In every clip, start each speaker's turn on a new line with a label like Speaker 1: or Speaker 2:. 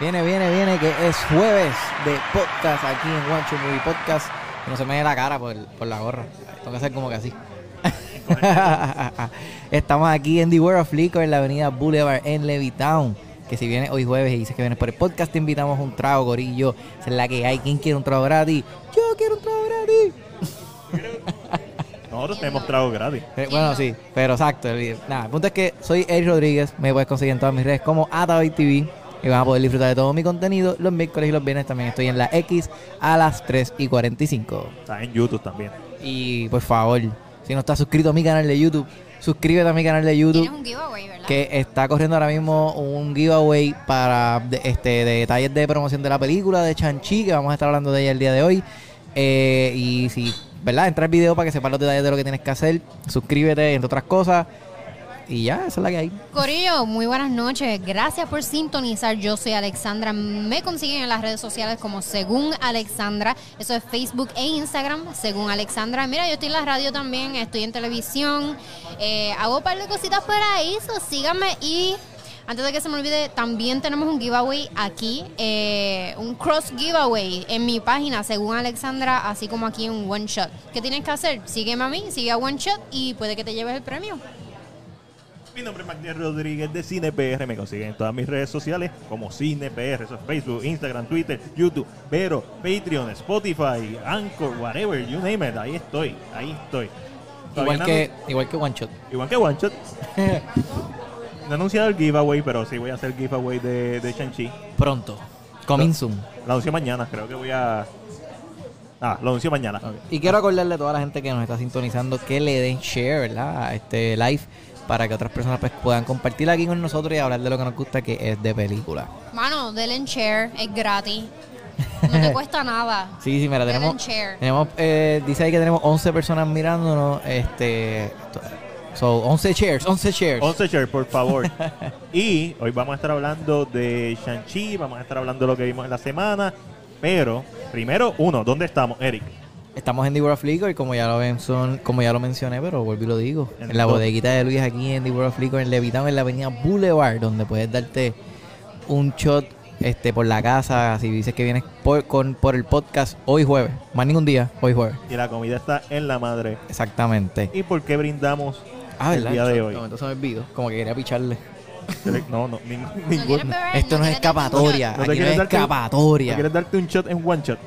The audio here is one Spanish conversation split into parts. Speaker 1: Viene, viene, viene, que es jueves de podcast aquí en One Two Movie Podcast. Que no se me dé la cara por, por la gorra. Tengo que hacer como que así. Estamos aquí en The World of Liquor, en la avenida Boulevard en Levittown. Que si vienes hoy jueves y dices que vienes por el podcast, te invitamos a un trago, gorillo. Esa es la que hay. ¿Quién quiere un trago gratis? Yo quiero un trago gratis.
Speaker 2: Nosotros tenemos trago gratis.
Speaker 1: Eh, bueno, sí, pero exacto. el- Nada, el punto es que soy Eric Rodríguez. Me puedes conseguir en todas mis redes como Atavi TV. Y van a poder disfrutar de todo mi contenido los miércoles y los viernes. También estoy en la X a las 3 y 45.
Speaker 2: Está en YouTube también.
Speaker 1: Y por favor, si no estás suscrito a mi canal de YouTube, suscríbete a mi canal de YouTube.
Speaker 3: Tienes un giveaway, ¿verdad?
Speaker 1: Que está corriendo ahora mismo un giveaway para de- este, de detalles de promoción de la película de Chanchi, que vamos a estar hablando de ella el día de hoy. Eh, y si, ¿verdad? Entra el video para que sepas los detalles de lo que tienes que hacer. Suscríbete, entre otras cosas. Y ya, esa es la que hay.
Speaker 3: Corillo, muy buenas noches. Gracias por sintonizar. Yo soy Alexandra. Me consiguen en las redes sociales como Según Alexandra. Eso es Facebook e Instagram, Según Alexandra. Mira, yo estoy en la radio también, estoy en televisión. Eh, hago un par de cositas por ahí, so síganme. Y antes de que se me olvide, también tenemos un giveaway aquí, eh, un cross giveaway en mi página, Según Alexandra, así como aquí en One Shot. ¿Qué tienes que hacer? Sígueme a mí, sigue a One Shot y puede que te lleves el premio.
Speaker 2: Mi nombre es Magdiel Rodríguez de CinePR. Me consiguen en todas mis redes sociales como CinePR. Eso es Facebook, Instagram, Twitter, YouTube, Vero, Patreon, Spotify, Anchor, whatever, you name it. Ahí estoy, ahí estoy. Todavía
Speaker 1: Igual
Speaker 2: no-
Speaker 1: que, igual que One Shot.
Speaker 2: igual que One Shot. No he anunciado el giveaway, pero sí voy a hacer el giveaway de, de Shang-Chi.
Speaker 1: Pronto. Coming soon.
Speaker 2: Lo anuncio mañana, creo que voy a. Ah, lo anuncio mañana.
Speaker 1: Y quiero acordarle a toda la gente que nos está sintonizando que le den share, ¿verdad? A este live para que otras personas pues, puedan compartir aquí con nosotros y hablar de lo que nos gusta, que es de película.
Speaker 3: Mano, denle en share, es gratis. No te cuesta nada.
Speaker 1: Sí, sí, mira,
Speaker 3: Denle
Speaker 1: tenemos,
Speaker 3: en share.
Speaker 1: tenemos eh, dice ahí que tenemos 11 personas mirándonos, este, to- so, 11 shares, 11 shares.
Speaker 2: 11 share, por favor. y hoy vamos a estar hablando de Shang-Chi, vamos a estar hablando de lo que vimos en la semana. Pero, primero, uno, ¿dónde estamos, Eric?
Speaker 1: Estamos en The World of Liquor y como ya lo ven, son, como ya lo mencioné, pero vuelvo y lo digo, en,
Speaker 2: En
Speaker 1: la
Speaker 2: todo.
Speaker 1: bodeguita de Luis aquí en The World of Liquor, en Levittown, en la avenida Boulevard, donde puedes darte un shot este por la casa, si dices que vienes por, con, por el podcast hoy jueves, más ningún día, hoy jueves.
Speaker 2: Y la comida está en la madre.
Speaker 1: Exactamente.
Speaker 2: ¿Y por qué brindamos
Speaker 1: Ah,
Speaker 2: el
Speaker 1: ¿verdad?
Speaker 2: día de
Speaker 1: No,
Speaker 2: hoy?
Speaker 1: entonces me olvido, como que quería picharle.
Speaker 2: No, no, nin-
Speaker 3: ¿No quieres
Speaker 2: ningún. ¿No
Speaker 3: beber?
Speaker 1: Esto no es
Speaker 3: quieres dar un
Speaker 1: escapatoria,
Speaker 2: ¿No te
Speaker 1: aquí no
Speaker 2: quieres
Speaker 1: es
Speaker 2: darte un-
Speaker 1: escapatoria.
Speaker 2: quieres darte un shot en one shot?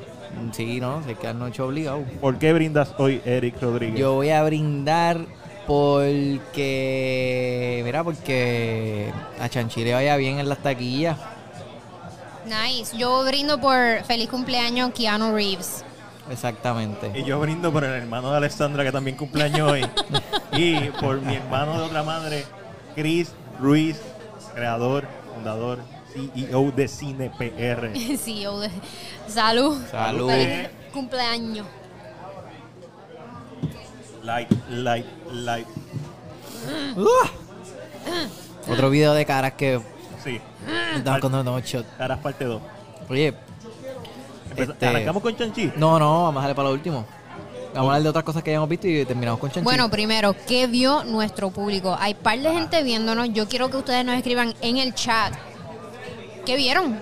Speaker 1: Sí, no, se quedan noche obligado.
Speaker 2: ¿Por qué brindas hoy, Eric Rodríguez?
Speaker 1: Yo voy a brindar porque. Mira, porque a Chanchi le vaya bien en las taquillas.
Speaker 3: shot? Nice. Yo brindo por feliz cumpleaños Keanu Reeves.
Speaker 1: Exactamente.
Speaker 2: Y yo brindo por el hermano de Alexandra, que también cumpleaños hoy. y por mi hermano de otra madre, Chris Ruiz, creador, fundador, CEO de Cine PR.
Speaker 3: sí, yo de... Salud.
Speaker 1: Salud.
Speaker 3: Feliz cumpleaños.
Speaker 2: Light, light, light.
Speaker 1: ¡Uah! Otro video de caras que
Speaker 2: Sí,
Speaker 1: están cuando nos damos shot.
Speaker 2: harás parte 2.
Speaker 1: Oye, Este-
Speaker 2: Arrancamos con Chanchi.
Speaker 1: no, no, vamos a dejarle para lo último. Vamos a hablar de otras cosas que hayamos visto y terminamos con Chanchi.
Speaker 3: Bueno, primero, ¿qué vio nuestro público? Hay par de gente viéndonos. Yo quiero que ustedes nos escriban en el chat. ¿Qué vieron?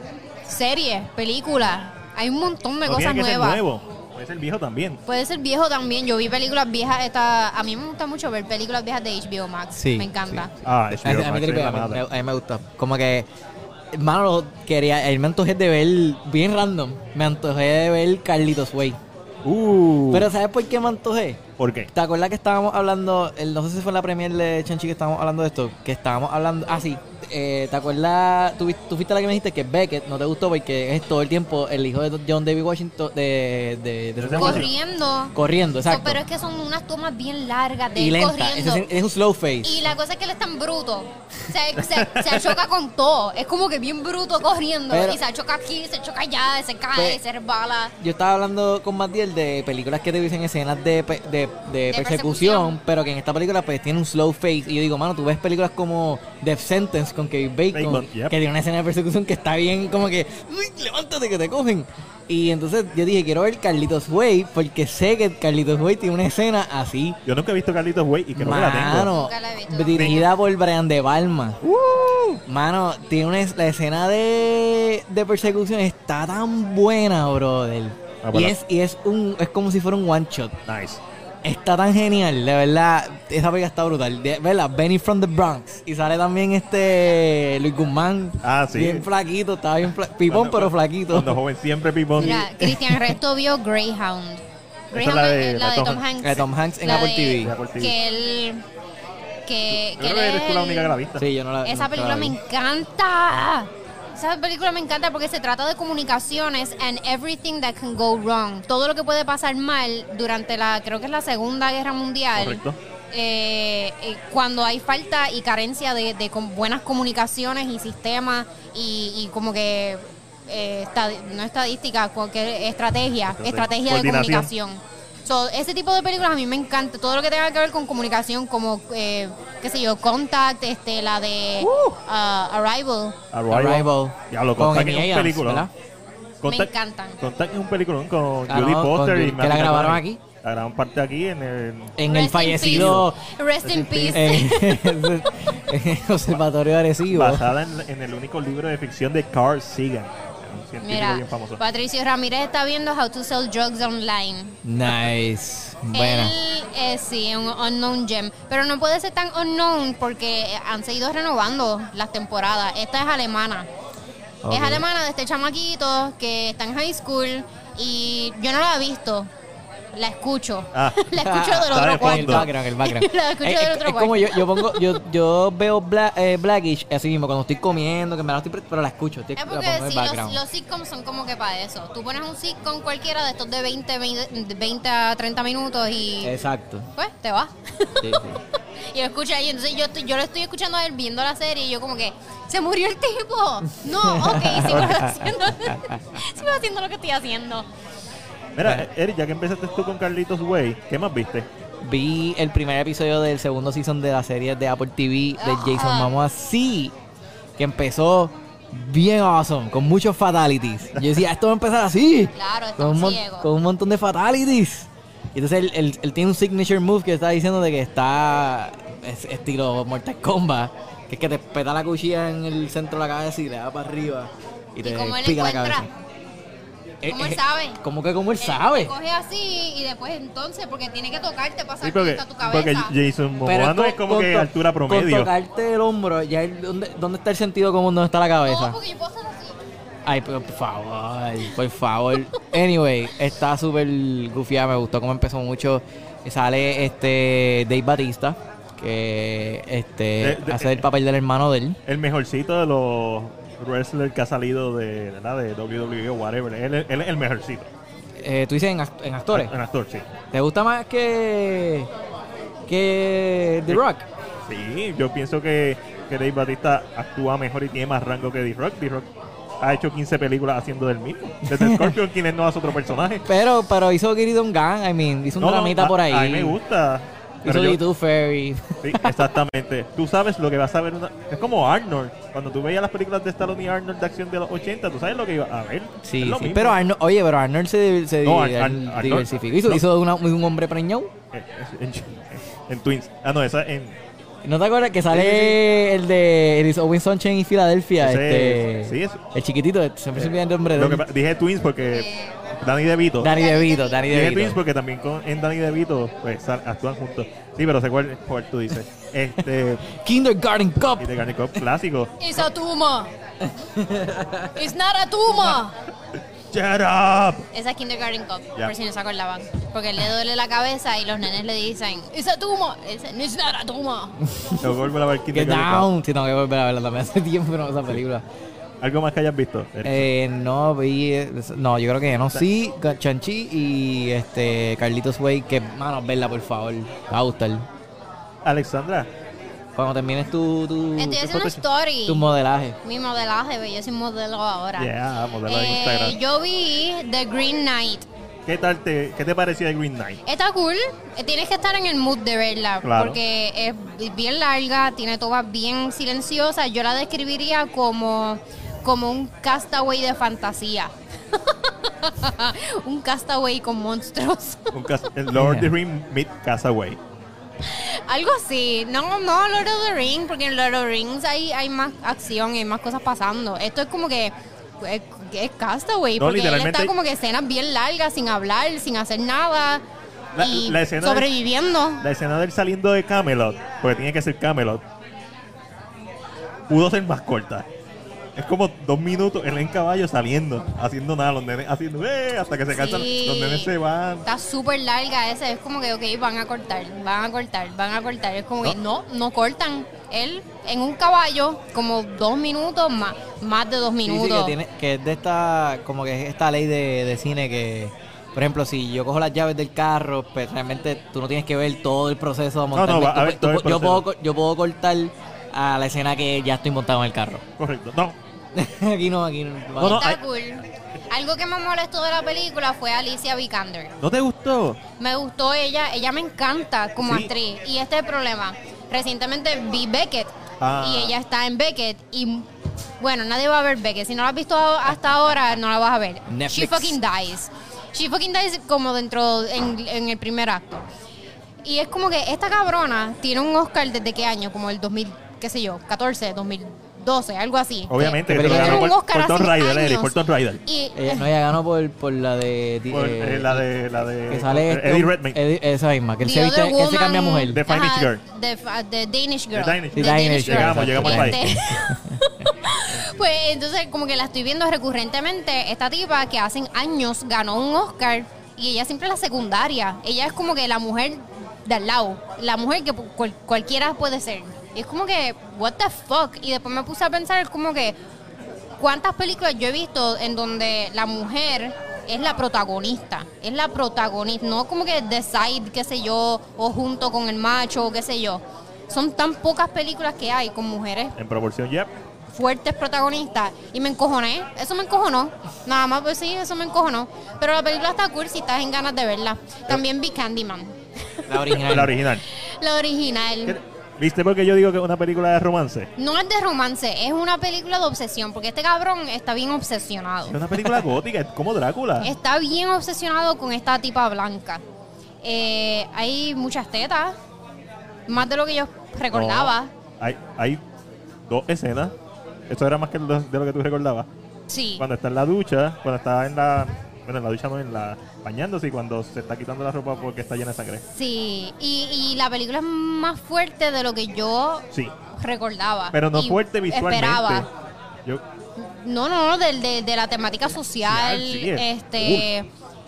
Speaker 3: Series, películas. Hay un montón de
Speaker 2: No
Speaker 3: cosas
Speaker 2: tiene que ser
Speaker 3: nuevas.
Speaker 2: nuevo. Puede ser viejo también.
Speaker 3: Puede ser viejo también. Yo vi películas viejas. Esta, a mí me gusta mucho ver películas viejas de HBO Max.
Speaker 1: Sí,
Speaker 3: me encanta.
Speaker 1: sí.
Speaker 2: Ah,
Speaker 1: A mí- a mí tripe, a mí- a mí me gusta. Como que, hermano, quería, a mí me antojé de ver, bien random, me antojé de ver Carlitos Way.
Speaker 2: Uh,
Speaker 1: Pero ¿sabes por qué me antojé?
Speaker 2: ¿Por qué?
Speaker 1: ¿Te acuerdas que estábamos hablando, el- no sé si fue en la premier de Chanchi que estábamos hablando de esto? Que estábamos hablando, ah sí, eh, ¿te acuerdas? Tú, vi- tú fuiste la que me dijiste que Beckett no te gustó porque es todo el tiempo el hijo de John David Washington de... de, de-
Speaker 2: Ese
Speaker 3: Corriendo.
Speaker 1: corriendo,
Speaker 3: No,
Speaker 1: exacto.
Speaker 3: pero es que son unas tomas bien largas de
Speaker 1: y
Speaker 3: él
Speaker 1: lenta, eh.
Speaker 3: corriendo.
Speaker 1: ese es, es un slow face.
Speaker 3: Y la cosa es que él es tan bruto. Se, se, se choca con todo. Es como que bien bruto corriendo.
Speaker 1: Pero-
Speaker 3: y se choca aquí, se choca allá, se cae,
Speaker 1: Pero-
Speaker 3: se resbala.
Speaker 1: Yo estaba hablando con Matiel de películas que te dicen escenas de, pe- de, de persecución,
Speaker 3: persecución.
Speaker 1: pero que en esta película pues tiene un slow face. Y yo digo, mano, tú ves películas como Death Sentence con Kevin Bacon,
Speaker 2: Bacon, yep.
Speaker 1: que tiene una escena de persecución que está bien como que, "Uy, levántate que te cogen. Y entonces yo dije, quiero ver Carlitos Way, porque sé que Carlitos Way tiene una escena así.
Speaker 2: Yo nunca he visto Carlitos Way y creo que la tengo.
Speaker 1: Mano,
Speaker 3: Nunca la he visto.
Speaker 1: dirigida por Brian De Palma.
Speaker 2: ¡Uh!
Speaker 1: Mano, tiene una, es- la escena de, de persecución está tan buena, brother.
Speaker 2: Ah,
Speaker 1: y
Speaker 2: bueno.
Speaker 1: es, y es un es como si fuera un one shot.
Speaker 2: Nice.
Speaker 1: Está tan genial, de verdad. Esa película está brutal. De, ¿Verdad? Benny from the Bronx. Y sale también este Luis Guzmán.
Speaker 2: Ah, sí.
Speaker 1: Bien flaquito, estaba bien fla- pipón,
Speaker 2: Cuando-
Speaker 1: pero flaquito.
Speaker 2: Cuando joven siempre pipón.
Speaker 3: Mira, Cristian Resto vio Greyhound.
Speaker 2: Esa es la
Speaker 3: Greyhound
Speaker 2: de-
Speaker 3: es
Speaker 2: la
Speaker 3: la de
Speaker 2: Tom-
Speaker 3: Tom Hanks.
Speaker 1: La de Tom Hanks en
Speaker 3: La
Speaker 1: Apple
Speaker 3: de-
Speaker 1: TV.
Speaker 2: Apple TV.
Speaker 3: Que él... Que,
Speaker 2: Yo
Speaker 3: que
Speaker 2: creo
Speaker 3: él
Speaker 2: que eres
Speaker 3: es
Speaker 2: tú la
Speaker 3: el-
Speaker 2: única que la ha visto.
Speaker 1: Sí, yo no la
Speaker 3: Esa
Speaker 1: nunca la
Speaker 3: película me
Speaker 1: vi.
Speaker 3: encanta. Esa película me encanta porque se trata de comunicaciones and everything that can go wrong. Todo lo que puede pasar mal durante la, creo que es la Segunda Guerra Mundial.
Speaker 2: Correcto.
Speaker 3: Eh, eh, cuando hay falta y carencia de, de com- buenas comunicaciones y sistemas y, y como que eh, estad- no estadística, cualquier estrategia,
Speaker 2: Estrategia.
Speaker 3: estrategia de
Speaker 2: Coordinación.
Speaker 3: comunicación. So, ese tipo de películas a mí me encanta. Todo lo que tenga que ver con comunicación, como, eh, qué sé yo, Contact, este, la de ah, Arrival.
Speaker 2: Arrival.
Speaker 1: Arrival.
Speaker 2: Ya lo
Speaker 1: Con
Speaker 2: contact
Speaker 1: Amy
Speaker 2: es un
Speaker 1: Adams,
Speaker 2: película.
Speaker 1: ¿verdad?
Speaker 3: Me encantan.
Speaker 2: Contact es un peliculón con
Speaker 1: Ah,
Speaker 2: Judy
Speaker 1: no, con
Speaker 2: Poster y
Speaker 1: Judy- que la
Speaker 2: Matthew
Speaker 1: grabaron
Speaker 2: McConaughey.
Speaker 1: aquí.
Speaker 2: La grabaron parte aquí en el.
Speaker 1: En
Speaker 3: Rest
Speaker 1: el
Speaker 3: in
Speaker 1: fallecido
Speaker 3: peace. Rest in peace.
Speaker 1: eh, en el Observatorio de Arecibo.
Speaker 2: Basada en, en el único libro de ficción de Carl Sagan. Un científico
Speaker 3: Mira,
Speaker 2: bien famoso.
Speaker 3: Patricio Ramírez está viendo How to Sell Drugs Online.
Speaker 1: Nice. Buena.
Speaker 3: Él, eh, sí, un unknown gem. Pero no puede ser tan unknown porque han seguido renovando las temporadas. Esta es alemana.
Speaker 1: Ok.
Speaker 3: Es alemana de este chamaquito que está en high school y yo no la he visto. La escucho.
Speaker 2: Ah.
Speaker 3: la escucho del
Speaker 2: Está de
Speaker 1: En
Speaker 3: otro
Speaker 1: el
Speaker 2: fondo.
Speaker 3: cuarto.
Speaker 1: background, en el background.
Speaker 3: La escucho
Speaker 1: Eh,
Speaker 3: del
Speaker 1: es-
Speaker 3: otro
Speaker 1: es como
Speaker 3: cuarto.
Speaker 1: yo, yo pongo, yo, yo veo Bla- eh, Blackish así mismo, cuando estoy comiendo, que me la estoy, pre- pero la escucho, estoy-
Speaker 3: Es
Speaker 1: la pongo
Speaker 3: porque
Speaker 1: en el
Speaker 3: sí, los,
Speaker 1: background.
Speaker 3: los sitcoms son como que para eso. Tú pones un sitcom cualquiera de estos de 20, 20, 20 a 30 minutos y
Speaker 1: Exacto.
Speaker 3: pues te vas.
Speaker 1: Sí, sí.
Speaker 3: Y lo escucha ahí, entonces yo, estoy- yo lo estoy escuchando a él viendo la serie y yo como que, se murió el tipo. No, ok, sigo haciendo, sigo haciendo lo que estoy haciendo.
Speaker 2: Mira, Eric, ya que empezaste tú con Carlitos Way, ¿qué más viste?
Speaker 1: Vi el primer episodio del segundo season de la serie de Apple TV de Jason
Speaker 3: Ah.
Speaker 1: Momoa, sí, que empezó bien awesome, con muchos fatalities. Yo decía, esto va a empezar así.
Speaker 3: Claro, está
Speaker 1: con un, mon-
Speaker 3: ciego.
Speaker 1: con un montón de fatalities. Y entonces él, él- él tiene un signature move que está diciendo de que está es estilo Mortal Kombat, que es que te peta la cuchilla en el centro de la cabeza y le da para arriba y te
Speaker 3: ¿Y cómo él
Speaker 1: pica la
Speaker 3: encuentra?
Speaker 1: cabeza. Eh,
Speaker 3: ¿Cómo él
Speaker 1: eh,
Speaker 3: sabe? eh,
Speaker 1: ¿Cómo que cómo él
Speaker 3: Él
Speaker 1: sabe?
Speaker 3: Coge así y después entonces, porque tiene que tocarte para
Speaker 2: Sí,
Speaker 3: salir
Speaker 2: porque,
Speaker 3: hasta tu cabeza.
Speaker 2: porque Jason Momoa
Speaker 1: Pero
Speaker 2: no
Speaker 1: con-
Speaker 2: es como
Speaker 1: con
Speaker 2: que
Speaker 1: to-
Speaker 2: altura promedio.
Speaker 1: Con tocarte el hombro, ya él- ¿dónde, ¿dónde está el sentido común? ¿Dónde está la cabeza?
Speaker 3: no, porque yo puedo hacer así.
Speaker 1: Ay, pero por favor, por favor. Anyway, está súper gufiada, me gustó cómo empezó mucho. Sale este Dave Batista, que este
Speaker 2: Eh, de-
Speaker 1: hace el papel del hermano de él.
Speaker 2: el mejorcito de los wrestlers que ha salido de, ¿verdad? de WWE o whatever. Él, él es el mejorcito.
Speaker 1: Eh, Tú dices en, act- en actores.
Speaker 2: Un actor, sí.
Speaker 1: ¿Te gusta más que que The Rock?
Speaker 2: Sí, yo pienso que, que Dave Batista actúa mejor y tiene más rango que D-Rock. D-Rock ha hecho 15 películas haciendo del mismo. Desde Scorpion King él no hace otro personaje.
Speaker 1: Pero, pero hizo Giridon Gang, I mean, hizo un
Speaker 2: No, no,
Speaker 1: dramita
Speaker 2: a-
Speaker 1: por ahí.
Speaker 2: A mí me gusta.
Speaker 1: Hizo
Speaker 2: Pero yo-
Speaker 1: D2 Ferry.
Speaker 2: Sí, exactamente. Tú sabes lo que vas a ver. una- es como Arnold. Cuando tú veías las películas de Stallone y Arnold de acción de los 80, tú sabes lo que iba a ver.
Speaker 1: Sí,
Speaker 2: Es lo
Speaker 1: sí.
Speaker 2: mismo.
Speaker 1: Pero Arnold, oye, pero Arnold se, se
Speaker 2: No,
Speaker 1: di-
Speaker 2: Ar- Ar-
Speaker 1: él
Speaker 2: Arnold-
Speaker 1: diversificó. Hizo,
Speaker 2: no.
Speaker 1: hizo una- un hombre preñado.
Speaker 2: Eh, En, en Twins. Ah, no, esa en.
Speaker 1: ¿No te acuerdas que sale
Speaker 2: Sí, sí, sí.
Speaker 1: el de el Owen Sunshine y Filadelfia?
Speaker 2: Ese-
Speaker 1: este,
Speaker 2: sí, es-
Speaker 1: El chiquitito, siempre se me olvida el nombre de
Speaker 2: Lo que
Speaker 1: él.
Speaker 2: pa- dije Twins porque
Speaker 3: Eh,
Speaker 2: Danny DeVito.
Speaker 1: Danny DeVito, Danny
Speaker 2: dije Twins
Speaker 1: DeVito.
Speaker 2: porque también con, en Danny DeVito pues, sal- actúan juntos. Sí, pero sé cuál, cuál tú dices. Este.
Speaker 1: Kindergarten Cup.
Speaker 2: y de Garnier Cop clásico.
Speaker 3: It's a tumor. It's not a tumor.
Speaker 2: ¡Shut up!
Speaker 3: Esa es Kindergarten Cup,
Speaker 2: Ya.
Speaker 3: por si no se acordaban. Porque le duele la cabeza y los nenes le dicen, it's a tumor. Ese, no es nada tumor.
Speaker 2: Lo vuelvo a ver
Speaker 1: Get
Speaker 2: Kindergarten Cop.
Speaker 1: down. Sí, tengo que volver a verla también. Hace tiempo que no veo esa película.
Speaker 2: Algo más que hayas visto. Eric?
Speaker 1: Eh, no, vi. eh, No, yo creo que no. Sí, Chanchi y este Carlitos Way. Que, mano, verla, por favor. Va a gustar.
Speaker 2: Alexandra.
Speaker 1: Cuando termines tu, tu,
Speaker 3: Estoy
Speaker 2: ¿Qué
Speaker 3: haciendo
Speaker 2: foto-
Speaker 3: story.
Speaker 1: tu modelaje.
Speaker 3: Mi modelaje, pero yo soy modelo ahora.
Speaker 2: Yeah, modelo de
Speaker 3: Eh,
Speaker 2: Instagram.
Speaker 3: Yo vi The Green Knight.
Speaker 2: ¿Qué tal te, qué te pareció de Green Knight?
Speaker 3: Está cool. Eh, Tienes que estar en el mood de verla.
Speaker 2: Claro.
Speaker 3: Porque es bien larga, tiene tomas bien silenciosas. Yo la describiría como, como un castaway de fantasía. Un castaway con monstruos.
Speaker 2: Un cas- el Lord of the Ring meet Castaway.
Speaker 3: Algo así. No, no, Lord of the Rings, porque en Lord of the Rings hay, hay más acción, hay más cosas pasando. Esto es como que. Es, es Castaway,
Speaker 2: No,
Speaker 3: porque él está
Speaker 2: literalmente-
Speaker 3: como que escenas bien largas, sin hablar, sin hacer nada.
Speaker 2: La-
Speaker 3: y
Speaker 2: la escena de-
Speaker 3: sobreviviendo.
Speaker 2: La escena del saliendo de Camelot, porque tiene que ser Camelot, pudo ser más corta. Es como dos minutos, él en caballo saliendo, haciendo nada, los nenes haciendo, ¡eh! hasta que se cansan,
Speaker 3: Sí.
Speaker 2: los nenes se van.
Speaker 3: Está súper larga esa, es como que, ok, van a cortar, van a cortar, van a cortar. Es como que no, no cortan. Él en un caballo, como dos minutos, más, más de dos
Speaker 1: Sí, sí,
Speaker 3: minutos.
Speaker 1: que, tiene- que es de esta, como que es esta ley de, de cine que, por ejemplo, si yo cojo las llaves del carro, pues realmente tú no tienes que ver todo el proceso de montar.
Speaker 2: no, va a
Speaker 1: Tú-
Speaker 2: ver
Speaker 1: tú-
Speaker 2: todo el
Speaker 1: yo,
Speaker 2: proceso.
Speaker 1: puedo, co- yo puedo cortar a la escena que ya estoy montado en el carro.
Speaker 2: Correcto, no.
Speaker 1: aquí no, aquí no.
Speaker 2: No, no.
Speaker 3: Está
Speaker 2: hay-
Speaker 3: cool. Algo que me molestó de la película fue Alicia Vikander.
Speaker 2: ¿No te gustó?
Speaker 3: Me gustó ella, ella me encanta como
Speaker 2: Sí.
Speaker 3: actriz. Y este es el problema. Recientemente vi Beckett
Speaker 2: Ah.
Speaker 3: y ella está en Beckett y bueno, nadie va a ver Beckett. Si no la has visto a- hasta ahora, no la vas a ver.
Speaker 1: Netflix.
Speaker 3: She fucking dies. She fucking dies como dentro en, en el primer acto. Y es como que esta cabrona tiene un Oscar desde qué año, como el 2000, qué sé yo, 14, 2012, algo así.
Speaker 2: Obviamente,
Speaker 1: que
Speaker 2: que te lo
Speaker 1: tiene
Speaker 2: ganó
Speaker 1: un
Speaker 2: por,
Speaker 3: Oscar
Speaker 2: por Tomb
Speaker 3: hace
Speaker 2: Raider,
Speaker 3: años.
Speaker 2: Eric, por Tomb Raider.
Speaker 3: Y
Speaker 1: Ella, Eh, no, ella ganó por, por la de. di-
Speaker 2: Por,
Speaker 1: eh,
Speaker 2: eh, la de, la de
Speaker 1: Que sale. este,
Speaker 2: eh, Eddie Redmayne.
Speaker 1: Eddie- esa misma, que él se,
Speaker 3: The
Speaker 1: viste,
Speaker 3: Other
Speaker 1: él se cambia a
Speaker 3: Woman-
Speaker 1: mujer.
Speaker 2: The Finest
Speaker 3: Ajá,
Speaker 2: Girl.
Speaker 3: The, fa- the Danish Girl.
Speaker 2: The Danish
Speaker 1: The Danish Girl.
Speaker 2: Llegamos, llegamos al país.
Speaker 3: Este, pues entonces como que la estoy viendo recurrentemente. Esta tipa que hace años ganó un Oscar y ella siempre es la secundaria. Ella es como que la mujer de al lado. La mujer que cual- cualquiera puede ser. Y es como que, what the fuck. Y después me puse a pensar como que, ¿Cuántas películas yo he visto en donde la mujer es la protagonista? Es la protagonista, no como que de side, qué sé yo, o junto con el macho, qué sé yo. Son tan pocas películas que hay con mujeres
Speaker 2: En proporción, yep.
Speaker 3: fuertes protagonistas y me encojoné. Eso me encojonó. Nada más, pues sí, eso me encojonó. Pero la película está cool si estás en ganas de verla. También vi Candyman,
Speaker 1: La original.
Speaker 2: La original.
Speaker 3: la original.
Speaker 2: ¿Viste por qué yo digo que es una película de romance?
Speaker 3: No es de romance, es una película de obsesión, porque este cabrón está bien obsesionado.
Speaker 2: Es una película gótica, es como Drácula.
Speaker 3: Está bien obsesionado con esta tipa blanca. Eh, hay muchas tetas, más de lo que yo recordaba.
Speaker 2: No, hay, hay dos escenas. Esto era más que lo- de lo que tú recordabas.
Speaker 3: Sí.
Speaker 2: Oh. Cuando está en la ducha, cuando está en la. Bueno, en la ducha no, en la. bañándose y cuando se está quitando la ropa porque está llena de sangre.
Speaker 3: Sí. Y, y la película es más fuerte de lo que yo
Speaker 2: Sí.
Speaker 3: recordaba.
Speaker 2: Pero no
Speaker 3: y
Speaker 2: fuerte visualmente.
Speaker 3: Esperaba.
Speaker 2: Yo,
Speaker 3: No, no, no, del- de, de la temática social.
Speaker 2: Social, sí, es
Speaker 3: este,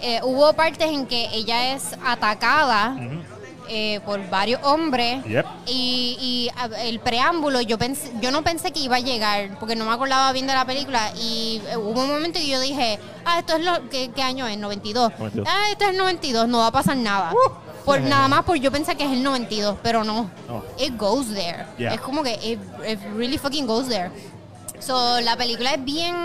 Speaker 3: eh, hubo partes en que ella es atacada
Speaker 2: Mm.
Speaker 3: eh, por varios hombres.
Speaker 2: Yep.
Speaker 3: Y, y, a- el preámbulo, yo pensé, yo no pensé que iba a llegar, porque no me acordaba bien de la película. Y eh, hubo un momento que yo dije, ah, esto es lo. ¿Qué, qué año es? 92.
Speaker 2: 92.
Speaker 3: Ah, esto es el 92, no va a pasar nada. Por, nada más por yo pensé que es el 92, pero no.
Speaker 2: No.
Speaker 3: It goes there.
Speaker 2: Yeah.
Speaker 3: Es como que it, it really fucking goes there. So, la película es bien.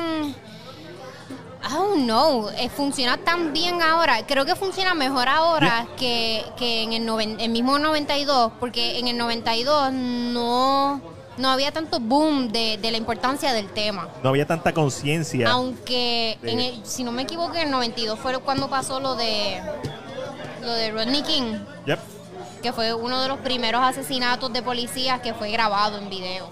Speaker 3: I don't know. eh, funciona tan bien ahora. Creo que funciona mejor ahora que, que en el, noven- el mismo 92, porque en el 92 no, no había tanto boom de, de la importancia del tema.
Speaker 2: no había tanta conciencia.
Speaker 3: Aunque,
Speaker 2: De-
Speaker 3: en el- si no me equivoco, en el 92 fue cuando pasó lo de, lo de Rodney King,
Speaker 2: Yep.
Speaker 3: que fue uno de los primeros asesinatos de policías que fue grabado en video.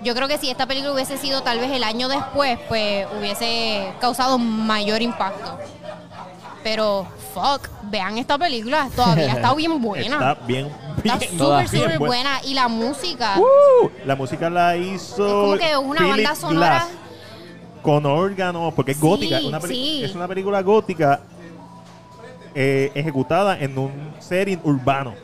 Speaker 3: Yo creo que si esta película hubiese sido tal vez el año después, pues hubiese causado mayor impacto. Pero, fuck, vean esta película, todavía está bien
Speaker 2: Está
Speaker 3: buena.
Speaker 2: bien,
Speaker 3: Está
Speaker 2: bien,
Speaker 3: súper,
Speaker 2: bien
Speaker 3: súper buena. Y la música,
Speaker 2: ¡Uh! La música la hizo.
Speaker 3: es como que una
Speaker 2: Philip
Speaker 3: banda sonora.
Speaker 2: Glass. con órganos, porque es
Speaker 3: Sí,
Speaker 2: gótica. es una peli-
Speaker 3: sí.
Speaker 2: Es una película gótica eh, ejecutada en un setting urbano.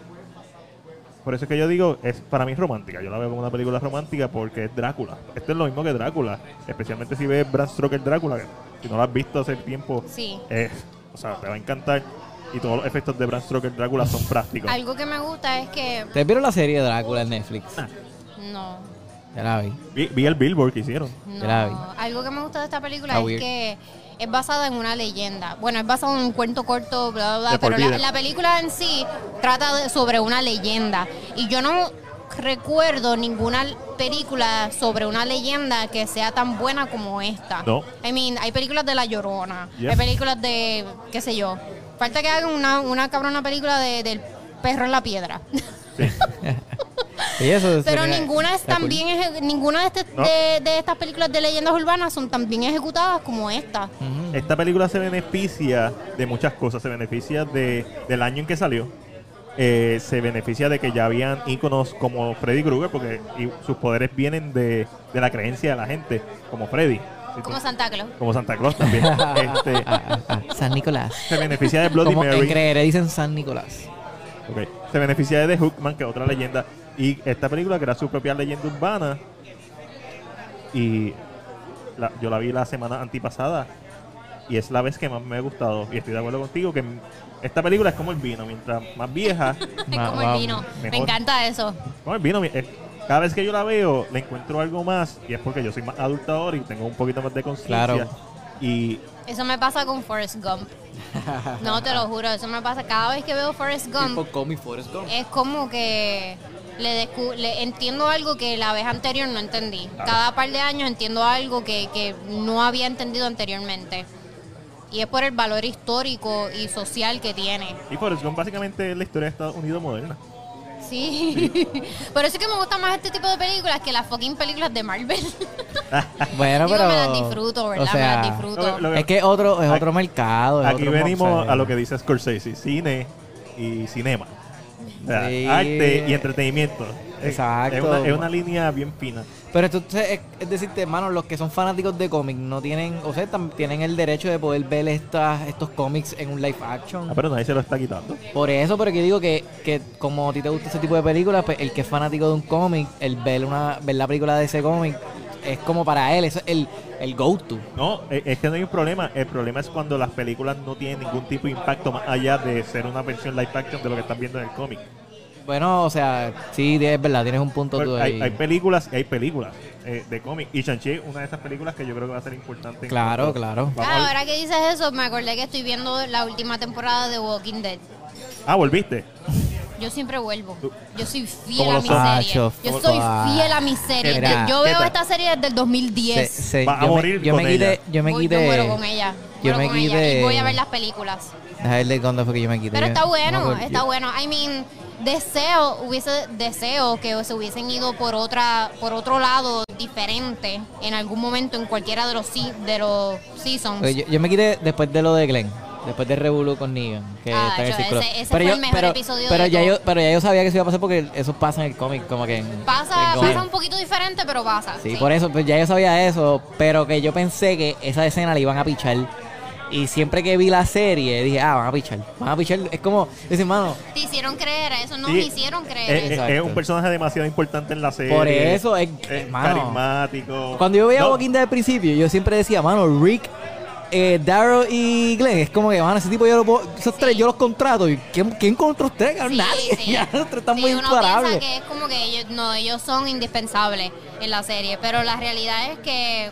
Speaker 2: Por eso es que yo digo, es para mí es romántica. Yo la veo como una película romántica porque es Drácula. Esto es lo mismo que Drácula. Especialmente si ves Bram Stoker Drácula, que si no lo has visto hace tiempo,
Speaker 3: Sí.
Speaker 2: es- Eh, o sea, te va a encantar. Y todos los efectos de Bram Stoker Drácula son prácticos.
Speaker 3: Algo que me gusta es que.
Speaker 1: ¿Te vieron la serie de Drácula en Netflix?
Speaker 2: Ah.
Speaker 3: No.
Speaker 1: Ya la vi.
Speaker 2: Vi, vi el billboard que hicieron.
Speaker 3: No,
Speaker 1: Grave.
Speaker 3: algo que me gusta de esta película
Speaker 1: Está
Speaker 3: es
Speaker 1: weird.
Speaker 3: que es basada en una leyenda. Bueno, es basada en un cuento corto, bla, bla, bla.
Speaker 2: De por
Speaker 3: Pero la,
Speaker 2: vida.
Speaker 3: la película en sí trata de- sobre una leyenda. Y yo no recuerdo ninguna película sobre una leyenda que sea tan buena como esta.
Speaker 2: No.
Speaker 3: I mean, hay películas de La Llorona,
Speaker 2: Yes.
Speaker 3: hay películas de, qué sé yo. Falta que hagan una, una cabrona película de, del perro en la piedra.
Speaker 2: Sí.
Speaker 1: Y eso
Speaker 3: Pero
Speaker 1: sería-
Speaker 3: ninguna es
Speaker 1: está
Speaker 3: tan
Speaker 1: cool.
Speaker 3: bien eje- ninguna de, este-
Speaker 2: No.
Speaker 3: de- de estas películas de leyendas urbanas son tan bien ejecutadas como esta.
Speaker 1: Ujú.
Speaker 2: Esta película se beneficia de muchas cosas. Se beneficia de, del año en que salió. Eh, se beneficia de que ya habían íconos como Freddy Krueger, porque y sus poderes vienen de, de la creencia de la gente, como Freddy. Si tú-
Speaker 3: Como Santa Claus.
Speaker 2: como Santa Claus también. Este,
Speaker 1: Ah, ah, ah, San Nicolás.
Speaker 2: se beneficia de Bloody
Speaker 1: Como en
Speaker 2: Mary.
Speaker 1: creeré dicen San Nicolás.
Speaker 2: Ok. Se beneficia de The Hookman, que es otra leyenda. Y esta película, que era su propia leyenda urbana. Y la- yo la vi la semana antipasada. Y es la vez que más me ha gustado. Y estoy de acuerdo contigo que esta película es como el vino. Mientras más vieja,
Speaker 3: Es
Speaker 1: Ma-
Speaker 3: como el
Speaker 1: wow.
Speaker 3: vino. Me
Speaker 2: Mejor.
Speaker 3: encanta eso.
Speaker 2: como el vino. mi- eh, Cada vez que yo la veo, le encuentro algo más. Y es porque yo soy más adulto ahora y tengo un poquito más de conciencia.
Speaker 1: Claro.
Speaker 2: Y
Speaker 3: Eso me pasa con Forrest Gump. No, te lo juro, eso me pasa. Cada vez que veo Forrest Gump, es como que le, descu- le entiendo algo que la vez anterior no entendí.
Speaker 2: Claro.
Speaker 3: Cada par de años entiendo algo que, que no había entendido anteriormente. Y es por el valor histórico y social que tiene.
Speaker 2: Y Forrest Gump básicamente es la historia de Estados Unidos moderna.
Speaker 3: Sí. Por eso es que me gusta más este tipo de películas que las fucking películas de Marvel.
Speaker 1: Bueno,
Speaker 3: Digo,
Speaker 1: pero.
Speaker 3: me las disfruto, ¿verdad?
Speaker 1: o sea,
Speaker 3: me las disfruto.
Speaker 2: Lo- lo-
Speaker 1: Es que otro, es
Speaker 2: Aquí-
Speaker 1: otro mercado. es
Speaker 2: Aquí
Speaker 1: otro- o
Speaker 2: venimos
Speaker 1: sea,
Speaker 2: a lo que dice Scorsese, cine y cinema. O sea,
Speaker 1: Sí.
Speaker 2: Arte y entretenimiento. Es-
Speaker 1: Exacto.
Speaker 2: Es una, es una línea bien fina.
Speaker 1: Pero entonces, es, es decirte, hermano, los que son fanáticos de cómics no tienen, o sea, tam- tienen el derecho de poder ver estas, estos cómics en un live action.
Speaker 2: Ah, pero nadie se lo está quitando.
Speaker 1: Por eso, porque digo que, que como a ti te gusta ese tipo de películas, pues el que es fanático de un cómic, el ver una ver la película de ese cómic, es como para él, eso es el, el go-to.
Speaker 2: No, es es que no hay un problema. El problema es cuando las películas no tienen ningún tipo de impacto más allá de ser una versión live action de lo que están viendo en el cómic.
Speaker 1: Bueno, o sea, sí, es verdad, tienes un punto tú
Speaker 2: Porque
Speaker 1: ahí.
Speaker 2: Hay, hay películas y hay películas eh, de cómic. Y Shang-Chi es una de esas películas que yo creo que va a ser importante. en
Speaker 1: Claro,
Speaker 2: cuanto-
Speaker 1: claro.
Speaker 2: Vamos
Speaker 3: Ah,
Speaker 2: a-
Speaker 3: ahora que dices eso, me acordé que estoy viendo la última temporada de Walking Dead.
Speaker 2: Ah, volviste.
Speaker 3: Yo siempre vuelvo.
Speaker 2: Tú-
Speaker 3: Yo soy fiel
Speaker 2: Como
Speaker 3: a
Speaker 2: los
Speaker 3: mi
Speaker 1: ojos.
Speaker 3: serie.
Speaker 1: Acho,
Speaker 3: Yo
Speaker 1: como-
Speaker 3: soy
Speaker 1: Ah.
Speaker 3: fiel a mi serie.
Speaker 1: Mira.
Speaker 3: Yo, yo veo
Speaker 2: Teta.
Speaker 3: esta serie desde el 2010.
Speaker 1: Se- se-
Speaker 2: Va a
Speaker 1: yo me-
Speaker 2: morir
Speaker 1: yo me
Speaker 2: con
Speaker 1: quité,
Speaker 2: ella.
Speaker 1: yo me
Speaker 3: Voy-
Speaker 1: quité.
Speaker 3: yo muero con ella.
Speaker 1: yo
Speaker 3: muero
Speaker 1: me
Speaker 3: con ella
Speaker 1: quité-
Speaker 3: y voy a ver las películas.
Speaker 1: Déjame ver de cuándo fue que yo me quité.
Speaker 3: Pero
Speaker 1: yo-
Speaker 3: está
Speaker 1: no me
Speaker 3: bueno,
Speaker 1: acuerdo.
Speaker 3: está bueno. I mean, deseo, hubiese deseo que se hubiesen ido por otra, por otro lado diferente en algún momento en cualquiera de los se- de los seasons.
Speaker 1: Oye, Yo, yo me quité después de lo de Glenn, después de Revolu con Negan, que
Speaker 3: Ah,
Speaker 1: está en el
Speaker 3: yo,
Speaker 1: círculo.
Speaker 3: ese- ese fue el mejor episodio
Speaker 1: pero
Speaker 3: de
Speaker 1: ya
Speaker 3: todo.
Speaker 1: yo, pero ya yo sabía que eso iba a pasar porque eso pasa en el cómic, como que en-
Speaker 3: Pasa,
Speaker 1: en
Speaker 3: pasa
Speaker 1: Gone.
Speaker 3: un poquito diferente, pero pasa.
Speaker 1: Sí, por eso, pues ya yo sabía eso, pero que yo pensé que esa escena la iban a pichar. Y siempre que vi la serie, dije, ah, van a pichar, van a pichar. Es como, dice, mano,
Speaker 3: Te hicieron creer eso, nos
Speaker 2: Sí.
Speaker 3: hicieron creer
Speaker 2: Eh, Es, es-
Speaker 3: eso.
Speaker 1: Exacto.
Speaker 2: es un personaje demasiado importante en la serie. Eh,
Speaker 1: Por eso es- mano.
Speaker 2: carismático.
Speaker 1: cuando yo veía
Speaker 2: No,
Speaker 1: Walking Dead al principio, yo siempre decía, mano, Rick, eh, Darrow y Glenn, es como que, mano, ese tipo yo lo puedo- esos tres yo los contrato. ¿Y quién, quién contra ustedes? cabrón?
Speaker 3: Sí,
Speaker 1: Nadie,
Speaker 3: sí.
Speaker 1: ya los tres están
Speaker 3: Sí,
Speaker 1: muy
Speaker 3: uno
Speaker 1: imparables.
Speaker 3: piensa que es como que ellos, no, ellos son indispensables en la serie, pero la realidad es que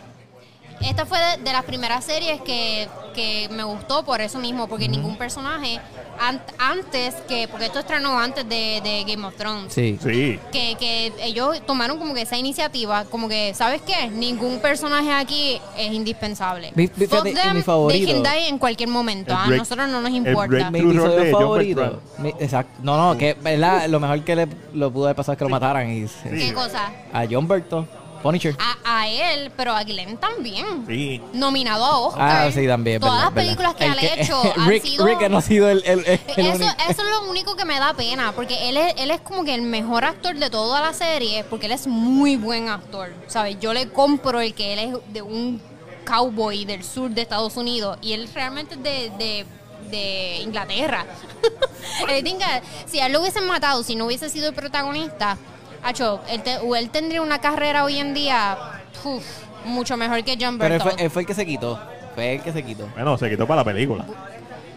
Speaker 3: esta fue de, de las primeras series que, que me gustó por eso mismo, porque ningún personaje an- antes que, porque esto estrenó antes de, de Game of Thrones.
Speaker 1: Sí.
Speaker 2: Sí.
Speaker 3: Que, que ellos tomaron como que esa iniciativa, como que, ¿sabes qué? Ningún personaje aquí es indispensable.
Speaker 1: Mi- mi-
Speaker 3: Fuck
Speaker 1: fíjate, y
Speaker 3: them,
Speaker 1: mi favorito.
Speaker 3: they can die en cualquier momento.
Speaker 2: El
Speaker 3: A
Speaker 2: break-
Speaker 3: nosotros no nos
Speaker 2: el
Speaker 3: importa.
Speaker 2: break-
Speaker 1: Mi
Speaker 2: True Roll
Speaker 1: episodio
Speaker 2: de John
Speaker 1: favorito.
Speaker 2: Bertrand.
Speaker 1: Mi- exacto. No, no, que ¿verdad? lo mejor que le lo pudo haber pasado es que lo mataran. Y,
Speaker 3: ¿Qué cosa?
Speaker 1: A John Berto, Punisher.
Speaker 3: a, a él, pero a Glenn también.
Speaker 2: Sí.
Speaker 3: Nominado a Oscar.
Speaker 1: Ah, sí, también. es
Speaker 3: Todas
Speaker 1: verdad,
Speaker 3: las películas
Speaker 1: verdad.
Speaker 3: que
Speaker 1: El
Speaker 3: él ha hecho han
Speaker 1: Rick,
Speaker 3: sido.
Speaker 1: Rick no ha sido el, el, el- el
Speaker 3: eso,
Speaker 1: único.
Speaker 3: eso es lo único que me da pena, porque él es, él es como que el mejor actor de toda la serie, porque él es muy buen actor. ¿Sabes? Yo le compro el que él es de un cowboy del sur de Estados Unidos y él realmente es de, de, de Inglaterra. Él tenga- si a él lo hubiesen matado, si no hubiese sido el protagonista, acho, él, te- o él tendría una carrera hoy en día uf, mucho mejor que John
Speaker 1: Pero él fue,
Speaker 3: Berthold.
Speaker 1: él fue el que se quitó. Fue el que se quitó.
Speaker 2: Bueno, se quitó para la película.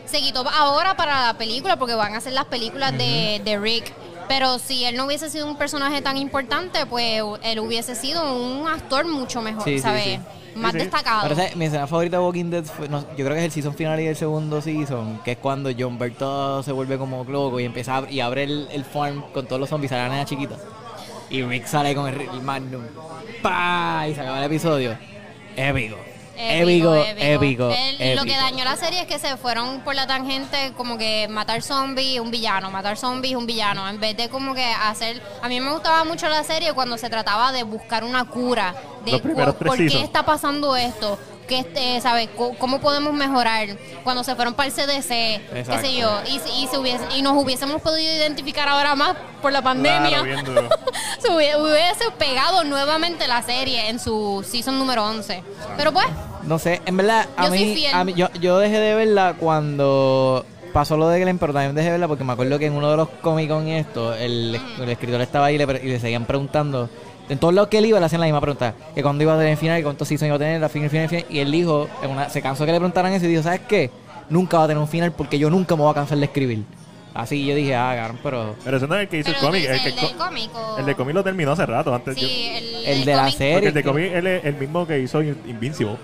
Speaker 3: se quitó ahora para la película porque van a hacer las películas de, de Rick. Pero si él no hubiese sido un personaje tan importante, pues él hubiese sido un actor mucho mejor,
Speaker 1: Sí, sí,
Speaker 3: ¿sabes?
Speaker 1: sí.
Speaker 3: Más
Speaker 2: Sí, sí.
Speaker 3: destacado.
Speaker 1: Pero, ¿sabes? Mi escena favorita de Walking Dead fue, no, yo creo que es el season final y el segundo season, que es cuando John Berto se vuelve como loco y empieza a, y abre el, el farm con todos los zombies a la nena chiquita. Y Rick sale con el, el Magnum. ¡Pah! Y se acaba el episodio. Épico. Épico, épico.
Speaker 3: El- Lo que
Speaker 1: épico.
Speaker 3: dañó la serie es que se fueron por la tangente como que matar zombies, un villano, matar zombies, un villano, en vez de como que hacer... A mí me gustaba mucho la serie cuando se trataba de buscar una cura, de
Speaker 2: Los primeros
Speaker 3: cu-
Speaker 2: tres
Speaker 3: por qué
Speaker 2: seasons.
Speaker 3: está pasando esto. Que, este, ¿sabes? Co- ¿Cómo podemos mejorar? Cuando se fueron para el CDC, qué
Speaker 1: Exacto.
Speaker 3: sé yo, y, si- y, se hubiese- y nos hubiésemos podido identificar ahora más por la pandemia.
Speaker 2: Claro, bien duro.
Speaker 3: Se hubie- hubiese pegado nuevamente la serie en su season número 11. Pero pues,
Speaker 1: No sé, en verdad, a
Speaker 3: Yo soy
Speaker 1: mí,
Speaker 3: fiel.
Speaker 1: a mí- yo, yo dejé de verla cuando pasó lo de Glenn, pero también dejé de verla porque me acuerdo que en uno de los Comic Con esto, el, el escritor estaba ahí y le, pre- y le seguían preguntando. En todos lados que él iba le hacían la misma pregunta. Que cuándo iba a tener el final, que cuántos seasons iba a tener, la final, final, final. Y él dijo, en una- se cansó que le preguntaran eso y dijo, ¿sabes qué? Nunca va a tener un final porque yo nunca me voy a cansar de escribir. Así yo dije, ah, cabrón, pero...
Speaker 2: Pero eso no es el que hizo
Speaker 3: pero
Speaker 2: el
Speaker 3: tú
Speaker 2: cómic.
Speaker 3: dices,
Speaker 2: El, que
Speaker 3: el del cómic o-
Speaker 2: el de cómic lo terminó hace rato. Antes yo-
Speaker 3: Sí, el,
Speaker 1: El
Speaker 3: del
Speaker 1: de la
Speaker 3: cómic.
Speaker 1: serie.
Speaker 2: porque el de cómic él es el mismo que hizo In- Invincible.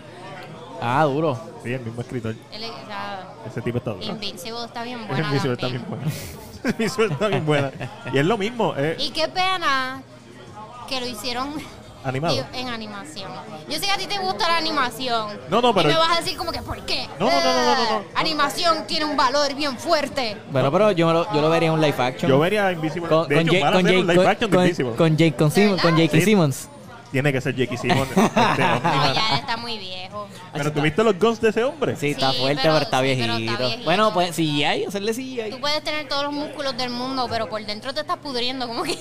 Speaker 1: Ah, duro.
Speaker 2: Sí, el mismo escritor.
Speaker 3: El- o sea,
Speaker 2: Ese tipo está duro.
Speaker 3: Invincible está bien buena.
Speaker 2: Invincible está bien
Speaker 3: también.
Speaker 2: buena. Invincible está bien buena. Y es lo mismo, es
Speaker 3: Y qué pena que lo hicieron
Speaker 2: animado.
Speaker 3: en animación. Yo sé que a ti te gusta la animación.
Speaker 2: No, no, pero-
Speaker 3: Y me vas a decir como que, ¿por qué? Ah,
Speaker 2: No, no, no, no, no, no, no.
Speaker 3: Animación tiene un valor bien fuerte.
Speaker 1: Bueno, pero yo, me lo- yo lo vería en un live action.
Speaker 2: Yo vería Invincible.
Speaker 1: con,
Speaker 2: de
Speaker 1: con
Speaker 2: hecho,
Speaker 1: Jake-
Speaker 2: van a
Speaker 1: con
Speaker 2: hacer un
Speaker 1: Jake-
Speaker 2: live
Speaker 1: con-
Speaker 2: action de
Speaker 1: con-
Speaker 2: Invincible.
Speaker 1: con Jake- con Sim- con
Speaker 3: ¿De
Speaker 1: Jake
Speaker 2: verdad?
Speaker 1: Simmons.
Speaker 2: Tiene que ser Jackie Simon. este
Speaker 3: No,
Speaker 1: Ah.
Speaker 2: Omniman.
Speaker 3: ya está muy viejo.
Speaker 2: Pero tuviste los guns de ese hombre.
Speaker 1: Sí, está
Speaker 3: Sí,
Speaker 1: fuerte,
Speaker 3: pero-
Speaker 1: pero, está,
Speaker 3: sí, pero
Speaker 1: viejito.
Speaker 3: está viejito.
Speaker 1: Bueno, pues CGI, hacerle
Speaker 3: Tú
Speaker 1: CGI.
Speaker 3: puedes tener todos los músculos del mundo, pero por dentro te estás pudriendo como que.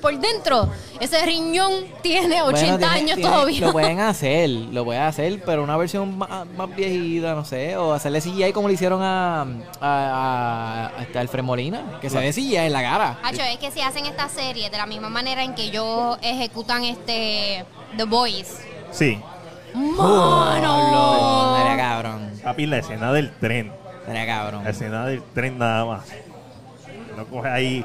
Speaker 3: por dentro, ese riñón tiene 80
Speaker 1: Bueno, tiene-
Speaker 3: años
Speaker 1: tiene-
Speaker 3: todavía.
Speaker 1: Lo pueden hacer, lo pueden hacer, pero una versión más, más viejita, no sé, o hacerle CGI como le hicieron a, a, a, a este Alfred Molina, que se ve CGI en la cara.
Speaker 3: Hacho, es que si hacen esta serie de la misma manera en que ellos ejecutan este The Voice.
Speaker 2: Sí.
Speaker 1: Oh, Estaría
Speaker 3: ¡Mano!
Speaker 1: cabrón,
Speaker 2: Papi, la escena del tren.
Speaker 1: estaría
Speaker 2: La
Speaker 1: cabrón.
Speaker 2: escena del tren nada más. Lo coge ahí.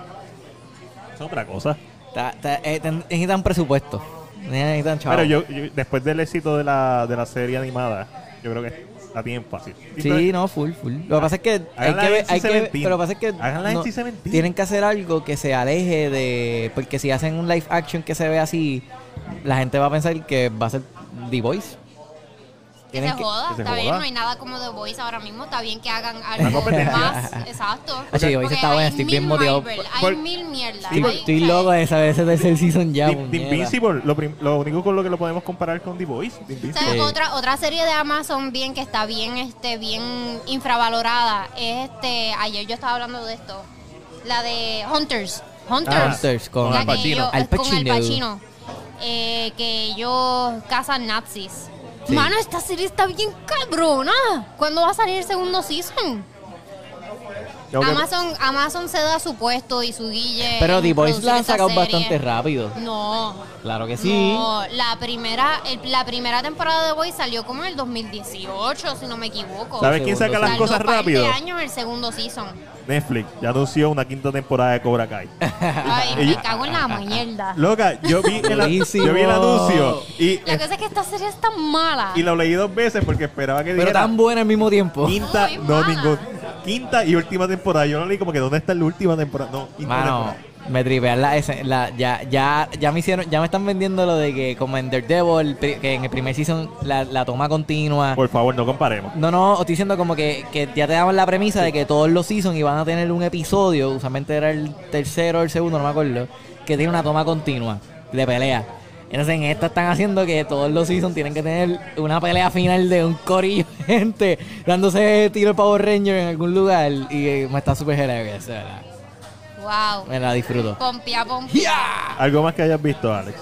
Speaker 2: Es otra cosa.
Speaker 1: Está- está- eh, ten- Necesitan presupuesto, necesitan chavos.
Speaker 2: Pero yo, yo- después del éxito de la, de la serie animada, yo creo que la tienen fácil.
Speaker 1: Sí, no, full, full. Lo que pasa es que hay
Speaker 2: Háganla
Speaker 1: que ver,
Speaker 2: en
Speaker 1: hay que ver-
Speaker 2: C17.
Speaker 1: pero lo que pasa es que
Speaker 2: Háganla en C17.
Speaker 1: tienen que hacer algo que se aleje de porque si hacen un live action que se ve así, la gente va a pensar que va a ser The Voice.
Speaker 3: Que se joda,
Speaker 2: que se
Speaker 3: está bien,
Speaker 2: joda.
Speaker 3: no hay nada como The Voice ahora mismo, está bien que hagan
Speaker 2: Una
Speaker 3: algo
Speaker 2: competencia.
Speaker 3: más, exacto.
Speaker 1: Hacho, The Voice
Speaker 3: Porque
Speaker 1: está buena,
Speaker 3: hay
Speaker 1: estoy bien
Speaker 3: mil
Speaker 1: motivado.
Speaker 3: Marvel,
Speaker 2: Por-
Speaker 3: Hay mil mierdas.
Speaker 1: Estoy,
Speaker 3: hay-
Speaker 1: estoy loco de saber ese tercer season ya.
Speaker 2: The, The
Speaker 1: puñeta.
Speaker 2: Invincible, lo, prim- lo único con lo que lo podemos comparar con The Voice, The Invincible.
Speaker 3: ¿Sabes?
Speaker 1: Sí.
Speaker 3: Otra, otra serie de Amazon bien que está bien, este, bien infravalorada. Es este, ayer yo estaba hablando de esto. La de Hunters.
Speaker 2: Ah,
Speaker 3: Hunters.
Speaker 1: Hunters con,
Speaker 2: Con
Speaker 3: La
Speaker 2: Al
Speaker 3: que
Speaker 2: Pacino.
Speaker 3: ellos-
Speaker 1: Al
Speaker 3: Con Al
Speaker 1: Pacino.
Speaker 3: Pacino. Eh, que ellos cazan nazis.
Speaker 1: Sí.
Speaker 3: Mano, esta serie está bien cabrona. ¿Cuándo va a salir el segundo season?
Speaker 2: Tengo que-
Speaker 3: Amazon, Amazon se da su puesto y su guille.
Speaker 1: Pero
Speaker 3: en
Speaker 1: The Voice
Speaker 3: producir
Speaker 1: la han
Speaker 3: esta
Speaker 1: sacado
Speaker 3: serie.
Speaker 1: bastante rápido.
Speaker 3: No,
Speaker 1: Claro que sí.
Speaker 3: no, la primera, el- la primera temporada de Boy salió como en el 2018, si no me equivoco.
Speaker 2: ¿Sabes quién saca las
Speaker 3: Tardó
Speaker 2: cosas
Speaker 3: par de
Speaker 2: rápido?
Speaker 3: años el segundo season.
Speaker 2: Netflix ya anunció una quinta temporada de Cobra Kai.
Speaker 3: Ay,
Speaker 2: Y-
Speaker 3: me cago en la mierda. Lo
Speaker 2: Loca, yo vi el, an-
Speaker 1: Buenísimo.
Speaker 2: yo vi el anuncio y,
Speaker 3: que pasa es que esta serie es tan mala.
Speaker 2: y lo leí dos veces porque esperaba que
Speaker 1: Pero
Speaker 2: dijera
Speaker 1: tan buena al mismo
Speaker 4: Oh.
Speaker 1: tiempo.
Speaker 2: quinta,
Speaker 3: Muy
Speaker 2: no
Speaker 3: mala.
Speaker 2: ningún, quinta y última temporada. Yo lo leí como que ¿dónde está la última temporada? No, quinta
Speaker 1: Mano,
Speaker 2: temporada.
Speaker 1: me tripean la, ese- la- ya, ya, ya me hicieron, ya me están vendiendo lo de que como en Daredevil, pri- que en el primer season la, la toma continua.
Speaker 2: Por favor, no comparemos.
Speaker 1: No, no, estoy diciendo como que, que ya te daban la premisa de que todos los seasons iban a tener un episodio, usualmente era el tercero o el segundo, no me acuerdo, que tiene una toma continua de pelea. Entonces en esta están haciendo que todos los seasons tienen que tener una pelea final de un corillo de gente dándose tiro el Power Ranger en algún lugar y eh, me está súper hilarious, de ¿verdad?
Speaker 3: Wow.
Speaker 1: Me la disfruto.
Speaker 3: Pompia, pompia.
Speaker 1: ¡Ya!
Speaker 2: Algo más que hayas visto, Alex.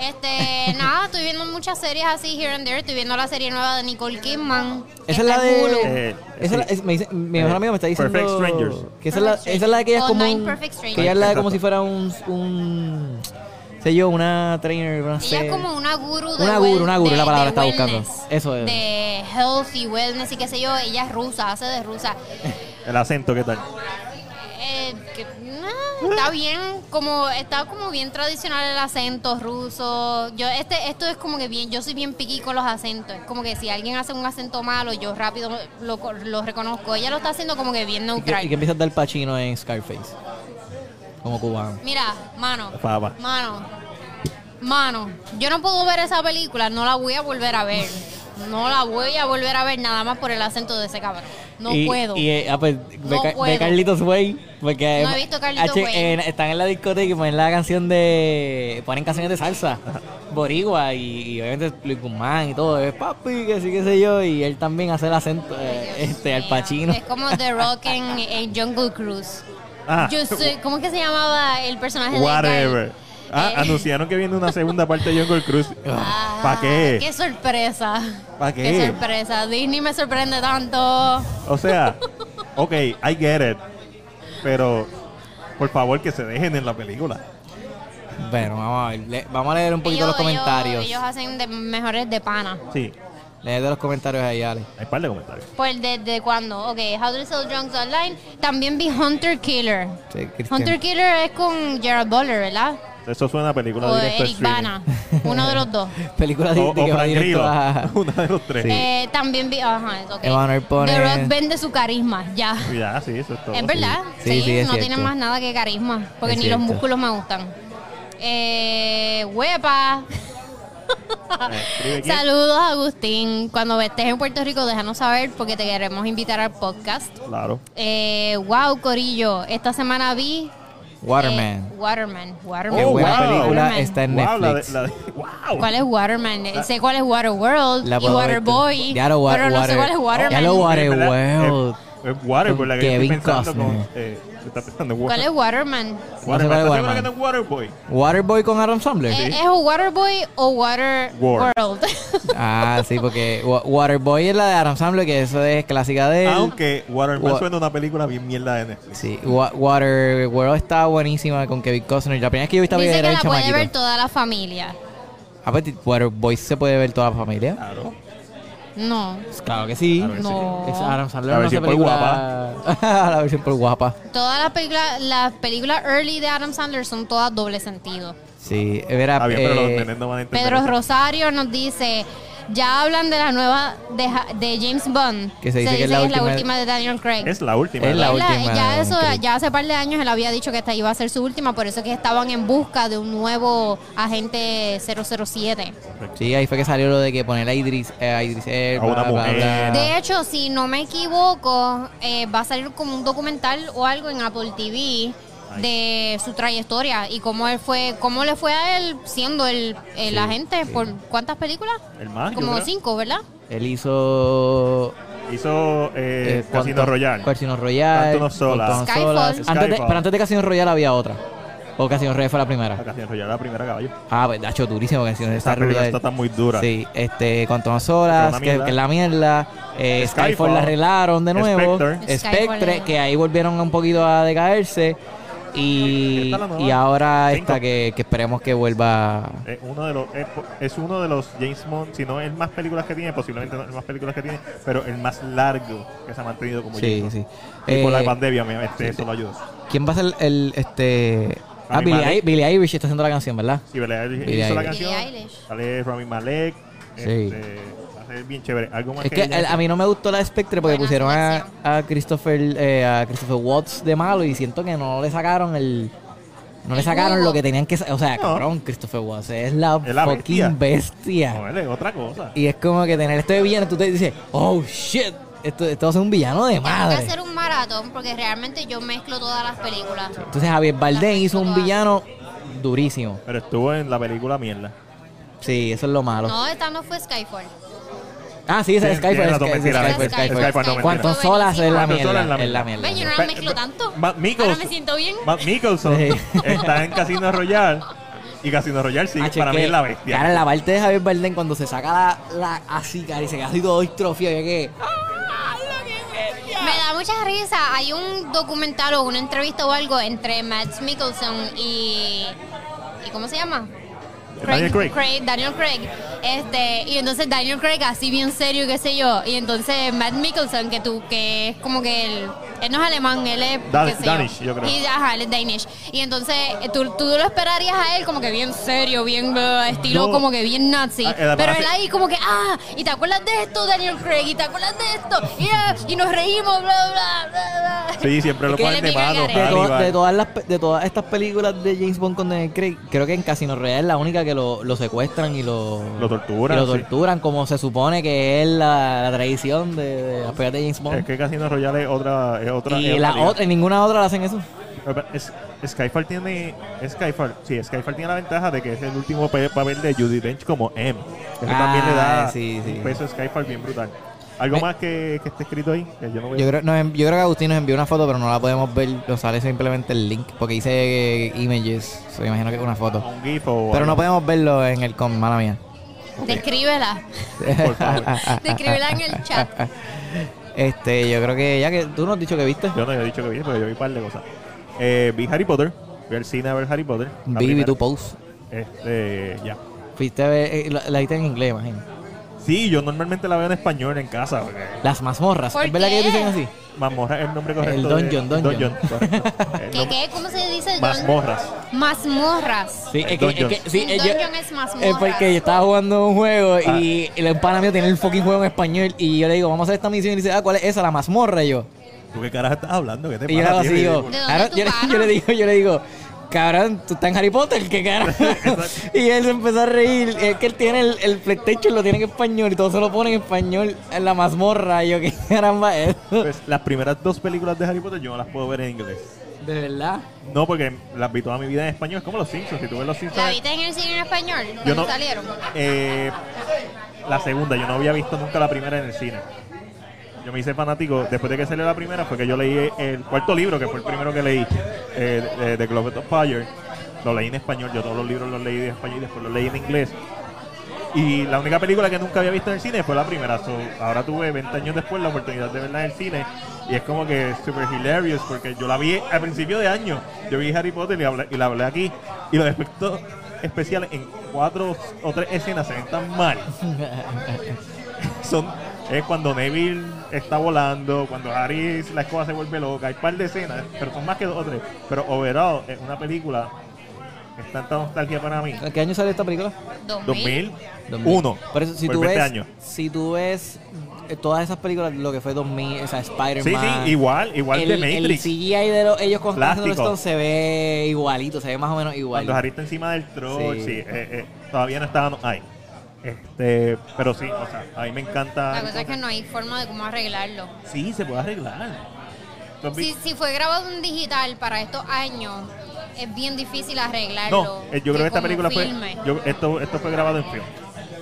Speaker 3: Este, nada, estoy viendo muchas series así, here and there. Estoy viendo la serie nueva de Nicole Kidman. que
Speaker 1: Esa es
Speaker 3: está
Speaker 1: la
Speaker 3: en Hulu.
Speaker 2: Eh,
Speaker 1: de. Esa es la- es- me dice- mi mejor
Speaker 2: Eh,
Speaker 1: amigo me está diciendo.
Speaker 2: Perfect Strangers.
Speaker 1: Que esa es la,
Speaker 3: Perfect
Speaker 1: esa es la de que ella es como.
Speaker 3: Online
Speaker 1: un-
Speaker 3: Perfect Strangers.
Speaker 1: que ella es la de como
Speaker 2: Exacto.
Speaker 1: si fuera un. un sé yo, una trainer. No sé.
Speaker 3: Ella es como una guru de
Speaker 1: Una guru,
Speaker 3: wel-
Speaker 1: una guru,
Speaker 3: de-
Speaker 1: la palabra
Speaker 3: de
Speaker 1: estaba buscando.
Speaker 3: wellness.
Speaker 1: Eso es.
Speaker 3: De health y wellness y qué sé yo. Ella es rusa, hace de rusa.
Speaker 2: El acento, ¿qué tal?
Speaker 3: Eh, que- nah, está bien, como está como bien tradicional el acento ruso. Yo este esto es como que bien, yo soy bien piqui con los acentos. Es como que si alguien hace un acento malo, yo rápido lo, co- lo reconozco. Ella lo está haciendo como que bien
Speaker 1: Y que,
Speaker 3: neutral.
Speaker 1: y que empieza a dar pachino en Scarface. como cubano.
Speaker 3: Mira, mano.
Speaker 2: Fava.
Speaker 3: Mano. Mano. Yo no puedo ver esa película. No la voy a volver a ver. No la voy a volver a ver nada más por el acento de ese cabrón. No
Speaker 4: y,
Speaker 3: puedo.
Speaker 4: Y, eh, ah, pues, ve,
Speaker 3: No
Speaker 4: Ca- ve
Speaker 3: puedo.
Speaker 4: Carlitos Way. Porque, eh,
Speaker 3: No he visto Carlitos Way.
Speaker 4: en- están en la discoteca y ponen la canción de. Ponen canciones de salsa. Borigua y, y obviamente Luis Guzmán y todo. Es papi, que sí, que sé yo. Y él también hace el acento. eh,
Speaker 3: Dios
Speaker 4: este, al
Speaker 3: mío.
Speaker 4: Pacino.
Speaker 3: Es como The Rock en, en Jungle Cruise.
Speaker 2: Ah,
Speaker 3: Yo sé, ¿Cómo es que se llamaba el personaje de
Speaker 2: whatever.
Speaker 3: Carl?
Speaker 2: Ah,
Speaker 3: Eh,
Speaker 2: anunciaron que viene una segunda parte de Jungle Cruise.
Speaker 3: ah,
Speaker 2: ¿Para qué?
Speaker 3: Qué sorpresa.
Speaker 2: ¿Pa' qué?
Speaker 3: Qué sorpresa. Disney me sorprende tanto.
Speaker 2: O sea, ok, I get it. Pero, por favor, que se dejen en la película.
Speaker 4: Bueno, vamos a ver. Le- vamos a leer un poquito
Speaker 3: Ellos-
Speaker 4: los comentarios.
Speaker 3: Ellos, ellos hacen de- mejores de pana.
Speaker 2: Sí,
Speaker 4: Leer de los comentarios ahí, Ale.
Speaker 2: hay un par de comentarios.
Speaker 3: Pues desde cuándo. Ok, How to Sell Drunks Online. También vi Hunter Killer.
Speaker 1: Sí, Cristian.
Speaker 3: Hunter Killer es con Gerald Butler, ¿verdad?
Speaker 2: Eso suena a película
Speaker 3: O
Speaker 2: directo
Speaker 3: Eric Bana. Uno de los dos.
Speaker 4: Película de,
Speaker 2: O,
Speaker 4: de
Speaker 2: o
Speaker 4: que va
Speaker 2: Frank
Speaker 4: directo
Speaker 2: Grillo.
Speaker 4: a.
Speaker 2: Una de los tres.
Speaker 3: Eh, también vi. Ajá, es ok.
Speaker 1: Emanuel pone-
Speaker 3: The Rock vende su carisma, ya.
Speaker 2: Ya, sí, eso es todo.
Speaker 3: Es verdad,
Speaker 1: Sí,
Speaker 3: sí,
Speaker 1: sí, es
Speaker 3: no
Speaker 1: cierto.
Speaker 3: tiene más nada que carisma, porque
Speaker 1: Es
Speaker 3: ni
Speaker 1: cierto.
Speaker 3: los músculos me gustan. Eh, huepa.
Speaker 2: Eh, escribe aquí.
Speaker 3: Saludos, Agustín. Cuando estés en Puerto Rico, déjanos saber porque te queremos invitar al podcast.
Speaker 2: Claro.
Speaker 3: Eh, wow, Corillo. Esta semana vi. eh,
Speaker 1: Waterman.
Speaker 3: Waterman. Waterman.
Speaker 1: Qué
Speaker 2: Oh,
Speaker 1: buena
Speaker 2: wow.
Speaker 1: película
Speaker 3: Waterman.
Speaker 1: está en
Speaker 2: Wow, la de-
Speaker 1: Netflix.
Speaker 2: la de- wow.
Speaker 3: ¿Cuál es Waterman? sé cuál es Waterworld
Speaker 1: La
Speaker 3: y Waterboy. pero no sé cuál es Waterman.
Speaker 1: Ya lo
Speaker 2: Es
Speaker 1: Waterworld.
Speaker 2: verdad, Es, es Waterboy la que yo estoy
Speaker 1: Kevin
Speaker 2: pensando con.
Speaker 1: Costner.
Speaker 2: Eh, está pensando en
Speaker 3: ¿Cuál es
Speaker 2: Waterboy.
Speaker 3: Waterman?
Speaker 1: No sé cuál es
Speaker 2: ¿Estás seguro
Speaker 1: Waterman.
Speaker 2: que no es Waterboy?
Speaker 1: Waterboy con Adam Sandler.
Speaker 3: Eh, ¿Es, es un Waterboy o Waterworld?
Speaker 1: Ah, sí, porque Wa- Waterboy es la de Adam Sandler, que eso es clásica de él.
Speaker 2: Aunque Waterman
Speaker 1: Wa-
Speaker 2: suena una película bien mierda de Netflix.
Speaker 1: Sí, Wa- Waterworld está buenísima con Kevin Costner. La primera vez que yo vi esta video
Speaker 3: Dice
Speaker 1: era
Speaker 3: que
Speaker 1: el
Speaker 3: la puede ver
Speaker 1: chamaquito.
Speaker 3: toda la familia.
Speaker 1: Ah, pues, Waterboy se puede ver toda la familia.
Speaker 2: Claro.
Speaker 3: No,
Speaker 4: Claro que sí.
Speaker 2: Claro que sí.
Speaker 3: No.
Speaker 4: Es Adam Sandler.
Speaker 2: La
Speaker 4: no
Speaker 2: versión
Speaker 4: hace
Speaker 2: por
Speaker 4: película-
Speaker 1: la versión por guapa.
Speaker 3: todas las películas, las películas early de Adam Sandler son todas doble sentido.
Speaker 1: Sí, era.
Speaker 2: Ah, bien, pero los
Speaker 1: eh,
Speaker 2: nenes no van a entender.
Speaker 3: Pedro
Speaker 2: eso.
Speaker 3: Rosario nos dice, ya hablan de la nueva de, Ja- de James Bond.
Speaker 1: Que se dice que es la última-
Speaker 3: de Daniel Craig.
Speaker 2: Es la última.
Speaker 1: Es la
Speaker 3: Es la-
Speaker 1: última
Speaker 3: ya
Speaker 1: de
Speaker 3: eso,
Speaker 1: Daniel Craig.
Speaker 3: ya hace par de años él había dicho que esta iba a ser su última, por eso es que estaban en busca de un nuevo agente 007.
Speaker 1: Sí, ahí fue que salió lo de que poner a Idris, eh, a Idris Elba,
Speaker 2: A una
Speaker 1: bla, bla,
Speaker 2: mujer.
Speaker 1: bla.
Speaker 3: De hecho, si no me equivoco, eh, va a salir como un documental o algo en Apple TV de su trayectoria y cómo él fue, cómo le fue a él siendo el, el agente por cuántas películas?
Speaker 2: El más. yo
Speaker 3: como
Speaker 2: creo.
Speaker 3: cinco, ¿verdad?
Speaker 1: Él hizo
Speaker 2: Hizo eh,
Speaker 1: eh,
Speaker 2: Casino
Speaker 1: Quantum-
Speaker 2: Royale.
Speaker 1: Casino Royale.
Speaker 2: Quantum of Solace.
Speaker 1: Quantum of
Speaker 3: Skyfall.
Speaker 1: Solace. Antes de-
Speaker 2: Skyfall.
Speaker 1: pero antes de Casino Royale había otra. O Casino Royale fue la
Speaker 2: Ah,
Speaker 1: primera.
Speaker 2: Casino Royale, la primera caballo.
Speaker 1: Ah, pues, hecho durísimo Casino Royale.
Speaker 2: Esa
Speaker 1: Está
Speaker 2: película
Speaker 1: brutal.
Speaker 2: está tan muy dura.
Speaker 1: Sí, este, Quantum of Solace,
Speaker 2: Una
Speaker 1: que,
Speaker 2: mierda.
Speaker 1: que es la mierda. Eh,
Speaker 2: Skyfall.
Speaker 1: Skyfall. la arreglaron de nuevo.
Speaker 2: Spectre.
Speaker 3: Skyfall
Speaker 1: Spectre,
Speaker 3: era-
Speaker 1: que ahí volvieron un poquito a decaerse. Y,
Speaker 2: Esta es la nueva.
Speaker 1: y ahora
Speaker 2: Cinco.
Speaker 1: esta que, que esperemos que vuelva.
Speaker 2: Es uno, de los, es, po- es uno de los James Bond, si no el más películas que tiene, posiblemente no el más películas que tiene, pero el más largo que se ha mantenido como
Speaker 1: Sí,
Speaker 2: James
Speaker 1: sí.
Speaker 2: Bond. Y por la
Speaker 1: Eh,
Speaker 2: pandemia, me- este, eso lo ayudó.
Speaker 1: ¿Quién va a ser el este? Ah,
Speaker 2: Rami
Speaker 1: Billie,
Speaker 2: Malek.
Speaker 1: I- Billie Eilish está haciendo la canción, ¿verdad?
Speaker 2: Sí, Billie Eilish
Speaker 1: Billie
Speaker 2: hizo la
Speaker 1: Eilish.
Speaker 2: canción.
Speaker 3: Billie Eilish.
Speaker 2: Sale Rami Malek.
Speaker 1: Sí.
Speaker 2: Este, va a ser bien chévere. Algo más
Speaker 1: Es que
Speaker 2: ella-
Speaker 1: el- a mí no me gustó la de Spectre porque
Speaker 3: Buena
Speaker 1: pusieron a,
Speaker 3: selección.
Speaker 1: a Christopher eh, a Christopher Watts de malo y siento que no le sacaron el no le
Speaker 3: El
Speaker 1: sacaron
Speaker 3: jugo.
Speaker 1: lo que tenían que sa- o sea
Speaker 2: No.
Speaker 1: cabrón Christopher Watts es la,
Speaker 2: Es la
Speaker 1: fucking bestia,
Speaker 2: No, él es otra cosa.
Speaker 1: y es como que tener este villano tú te dices oh shit esto, esto va a ser un villano de
Speaker 3: Voy a
Speaker 1: madre
Speaker 3: hacer un maratón porque realmente yo mezclo todas las películas.
Speaker 1: entonces Javier Bardem hizo un
Speaker 3: Todas.
Speaker 1: villano durísimo
Speaker 2: Pero estuvo en la película mierda.
Speaker 1: sí eso es lo malo
Speaker 3: No, esta no fue Skyfall.
Speaker 1: ah sí esa
Speaker 2: Tienes-
Speaker 1: es Skyfall
Speaker 2: tienes razón,
Speaker 1: Sky-
Speaker 2: mentira,
Speaker 1: Skyfall
Speaker 3: Skyfall,
Speaker 1: Skyfall
Speaker 2: Skyfall, no, mentira.
Speaker 1: Quantum
Speaker 3: Fue
Speaker 1: Solace es la
Speaker 2: buenísimo. Quantum
Speaker 1: mierda
Speaker 2: Solace
Speaker 1: es la
Speaker 2: es
Speaker 1: mierda
Speaker 3: Ve, yo no la
Speaker 2: Pe-
Speaker 3: mezclo
Speaker 2: pe-
Speaker 3: tanto.
Speaker 2: Matt Mikkelsen.
Speaker 3: Ahora me siento bien.
Speaker 2: Matt Nicholson
Speaker 1: Sí.
Speaker 2: está en Casino Royale. Y Casino Royale sí,
Speaker 1: Hacho,
Speaker 2: para
Speaker 1: es
Speaker 2: mí
Speaker 1: que,
Speaker 2: es la bestia.
Speaker 1: Cara, la parte de Javier Bardem cuando se saca la, la así, cara, y se queda así todo distrofio, yo que...
Speaker 3: Me da mucha risa. Hay un documental o una entrevista o algo entre Matt Mickelson y. ¿Y cómo se llama?
Speaker 2: Daniel Craig.
Speaker 3: Daniel Craig. Este, y entonces Daniel Craig así bien serio, qué sé yo. Y entonces Matt Mickelson, que tú, que es como que él, él no es alemán, él es
Speaker 2: Dan-
Speaker 3: qué sé
Speaker 2: Danish, yo creo.
Speaker 3: Y, ajá, él es Danish. Y entonces eh, tú, tú lo esperarías a él como que bien serio, bien eh, estilo
Speaker 2: No.
Speaker 3: como que bien nazi.
Speaker 2: Ah, el
Speaker 3: Pero
Speaker 2: aparato-
Speaker 3: él ahí como que, ah, y te acuerdas de esto, Daniel Craig, y te acuerdas de esto, y, ah, y nos reímos, bla, bla, bla, bla.
Speaker 2: Sí, siempre lo
Speaker 3: Que
Speaker 2: ponen
Speaker 3: le
Speaker 2: de
Speaker 3: pica
Speaker 2: mano.
Speaker 3: el
Speaker 4: De,
Speaker 3: arete.
Speaker 4: to-
Speaker 2: Hannibal.
Speaker 4: de todas las, pe- de todas estas películas de James Bond con Daniel Craig, creo que en Casino Royale es la única que lo, lo secuestran y lo,
Speaker 2: Lo torturan,
Speaker 4: y lo
Speaker 2: sí.
Speaker 4: torturan, como se supone que es la, la tradición de, de las películas de James
Speaker 2: Es
Speaker 4: Bond.
Speaker 2: que Casino Royale es otra. Es otra
Speaker 4: y
Speaker 2: es
Speaker 4: la
Speaker 2: liga.
Speaker 4: otra, y ninguna otra le hacen eso.
Speaker 2: Es- Skyfall tiene. Skyfall, sí, Skyfall tiene la ventaja de que es el último pe- papel de Judy Dench como M. Eso
Speaker 4: Ah,
Speaker 2: también le da
Speaker 4: sí, sí.
Speaker 2: un peso a Skyfall bien brutal. ¿Algo
Speaker 4: Me-
Speaker 2: más que, que esté escrito ahí? Que yo no veo.
Speaker 1: Yo creo, nos en- yo creo que Agustín nos envió una foto, pero no la podemos ver. Nos sale simplemente el link, porque dice eh, images. Se imagino que es una foto.
Speaker 2: un GIF o.
Speaker 1: Pero no
Speaker 2: algo.
Speaker 1: podemos verlo en el con, mala mía. Ah,
Speaker 3: Descríbela.
Speaker 2: Ah, Por favor.
Speaker 3: Descríbela en
Speaker 2: ah,
Speaker 3: el chat.
Speaker 1: Este, yo creo que ya que tú nos has dicho que viste.
Speaker 2: Yo no había dicho que vi, porque yo vi un par de cosas. Eh, vi Harry Potter. Fui al cine a ver Harry Potter. la
Speaker 1: Vi
Speaker 2: primera.
Speaker 1: tu post.
Speaker 2: Este, ya.
Speaker 4: Fuiste a ver, eh, la, la viste en inglés, imagino.
Speaker 2: Sí, yo normalmente la veo en español en casa. Porque
Speaker 4: Las mazmorras.
Speaker 3: ¿Por
Speaker 4: ¿Es verdad que
Speaker 3: qué?
Speaker 4: ellos dicen así?
Speaker 2: mazmorra es el nombre correcto.
Speaker 4: El
Speaker 2: de-
Speaker 4: dungeon, dungeon.
Speaker 2: correcto. El
Speaker 3: ¿Qué,
Speaker 2: nom-
Speaker 3: qué? ¿Cómo se dice?
Speaker 2: Mazmorras.
Speaker 3: Mazmorras.
Speaker 4: Sí,
Speaker 2: El
Speaker 4: es que,
Speaker 2: dungeon.
Speaker 4: es que- sí,
Speaker 3: Un
Speaker 4: eh, yo-
Speaker 3: dungeon es mazmorra.
Speaker 4: eh, porque yo estaba jugando un juego
Speaker 2: Ah.
Speaker 4: y el pana mío tiene el fucking juego en español y yo le digo, vamos a hacer esta misión y dice, ah, ¿cuál es esa? La mazmorra. Y yo,
Speaker 2: ¿Tú qué carajo estás hablando? ¿Qué te
Speaker 4: Y yo le hago
Speaker 2: pasa?
Speaker 4: así,
Speaker 2: tío?
Speaker 4: digo,
Speaker 3: ¿De dónde
Speaker 4: "Cabrón",
Speaker 3: tú
Speaker 4: yo, le-
Speaker 3: paras?
Speaker 4: yo le digo, yo le digo, cabrón, tú estás en Harry Potter, qué cara. y él se empezó a reír, es que él tiene el, el PlayStation, lo tiene en español y todo se lo pone en español en la mazmorra. Y yo, qué caramba es. eso?".
Speaker 2: Pues, las primeras dos películas de Harry Potter yo no las puedo ver en inglés.
Speaker 4: De verdad.
Speaker 2: No, porque las vi toda mi vida en español. Es como los Simpsons. Si tú ves los
Speaker 3: ¿La
Speaker 2: Simpsons.
Speaker 3: viste en el cine en español?
Speaker 2: Yo
Speaker 3: ¿Cuándo
Speaker 2: no.
Speaker 3: salieron?
Speaker 2: eh, la segunda, yo no había visto nunca la primera en el cine. Yo me hice fanático. Después de que salió la primera, fue que yo leí el cuarto libro, que fue el primero que leí, eh, de- de Globe of Fire. Lo leí en español. Yo todos los libros los leí en español y después los leí en inglés. Y la única película que nunca había visto en el cine fue la primera. So, ahora tuve 20 años después la oportunidad de verla en el cine. Y es como que super hilarious porque yo la vi a principio de año. Yo vi Harry Potter y, hablé- y la hablé aquí. Y los efectos especiales en cuatro o tres escenas se ven tan mal. Son, es cuando Neville está volando, cuando Harry la escoba se vuelve loca. Hay un par de escenas, pero son más que dos o tres. Pero overall es una película. Es tanta nostalgia para mí.
Speaker 4: ¿A ¿Qué año sale esta película?
Speaker 2: 2000.
Speaker 4: 2000.
Speaker 2: Uno.
Speaker 4: Por eso, si
Speaker 2: Por
Speaker 4: tú
Speaker 2: 20
Speaker 4: ves,
Speaker 2: años.
Speaker 4: si tú ves eh, todas esas películas, lo que fue 2000, o sea, Spider-Man.
Speaker 2: Sí, sí, igual, igual
Speaker 4: el,
Speaker 2: de
Speaker 4: el
Speaker 2: Matrix.
Speaker 4: CGI de los- ellos con Stan
Speaker 2: Plástico.
Speaker 4: Stone se ve igualito, se ve más o menos igual.
Speaker 2: Cuando Harry está encima del troll, sí,
Speaker 4: Sí.
Speaker 2: eh, eh, todavía no estaban ahí. Este, pero sí, o sea, a mí me encanta.
Speaker 3: La cosa es que no hay forma de cómo arreglarlo.
Speaker 2: Sí, se puede arreglar. ¿Tú has
Speaker 3: Si,
Speaker 2: visto?
Speaker 3: si fue grabado en digital para estos años, es bien difícil arreglarlo.
Speaker 2: no, eh, yo creo
Speaker 3: de
Speaker 2: que esta
Speaker 3: como
Speaker 2: película
Speaker 3: filme.
Speaker 2: fue. yo- esto, esto fue grabado en film.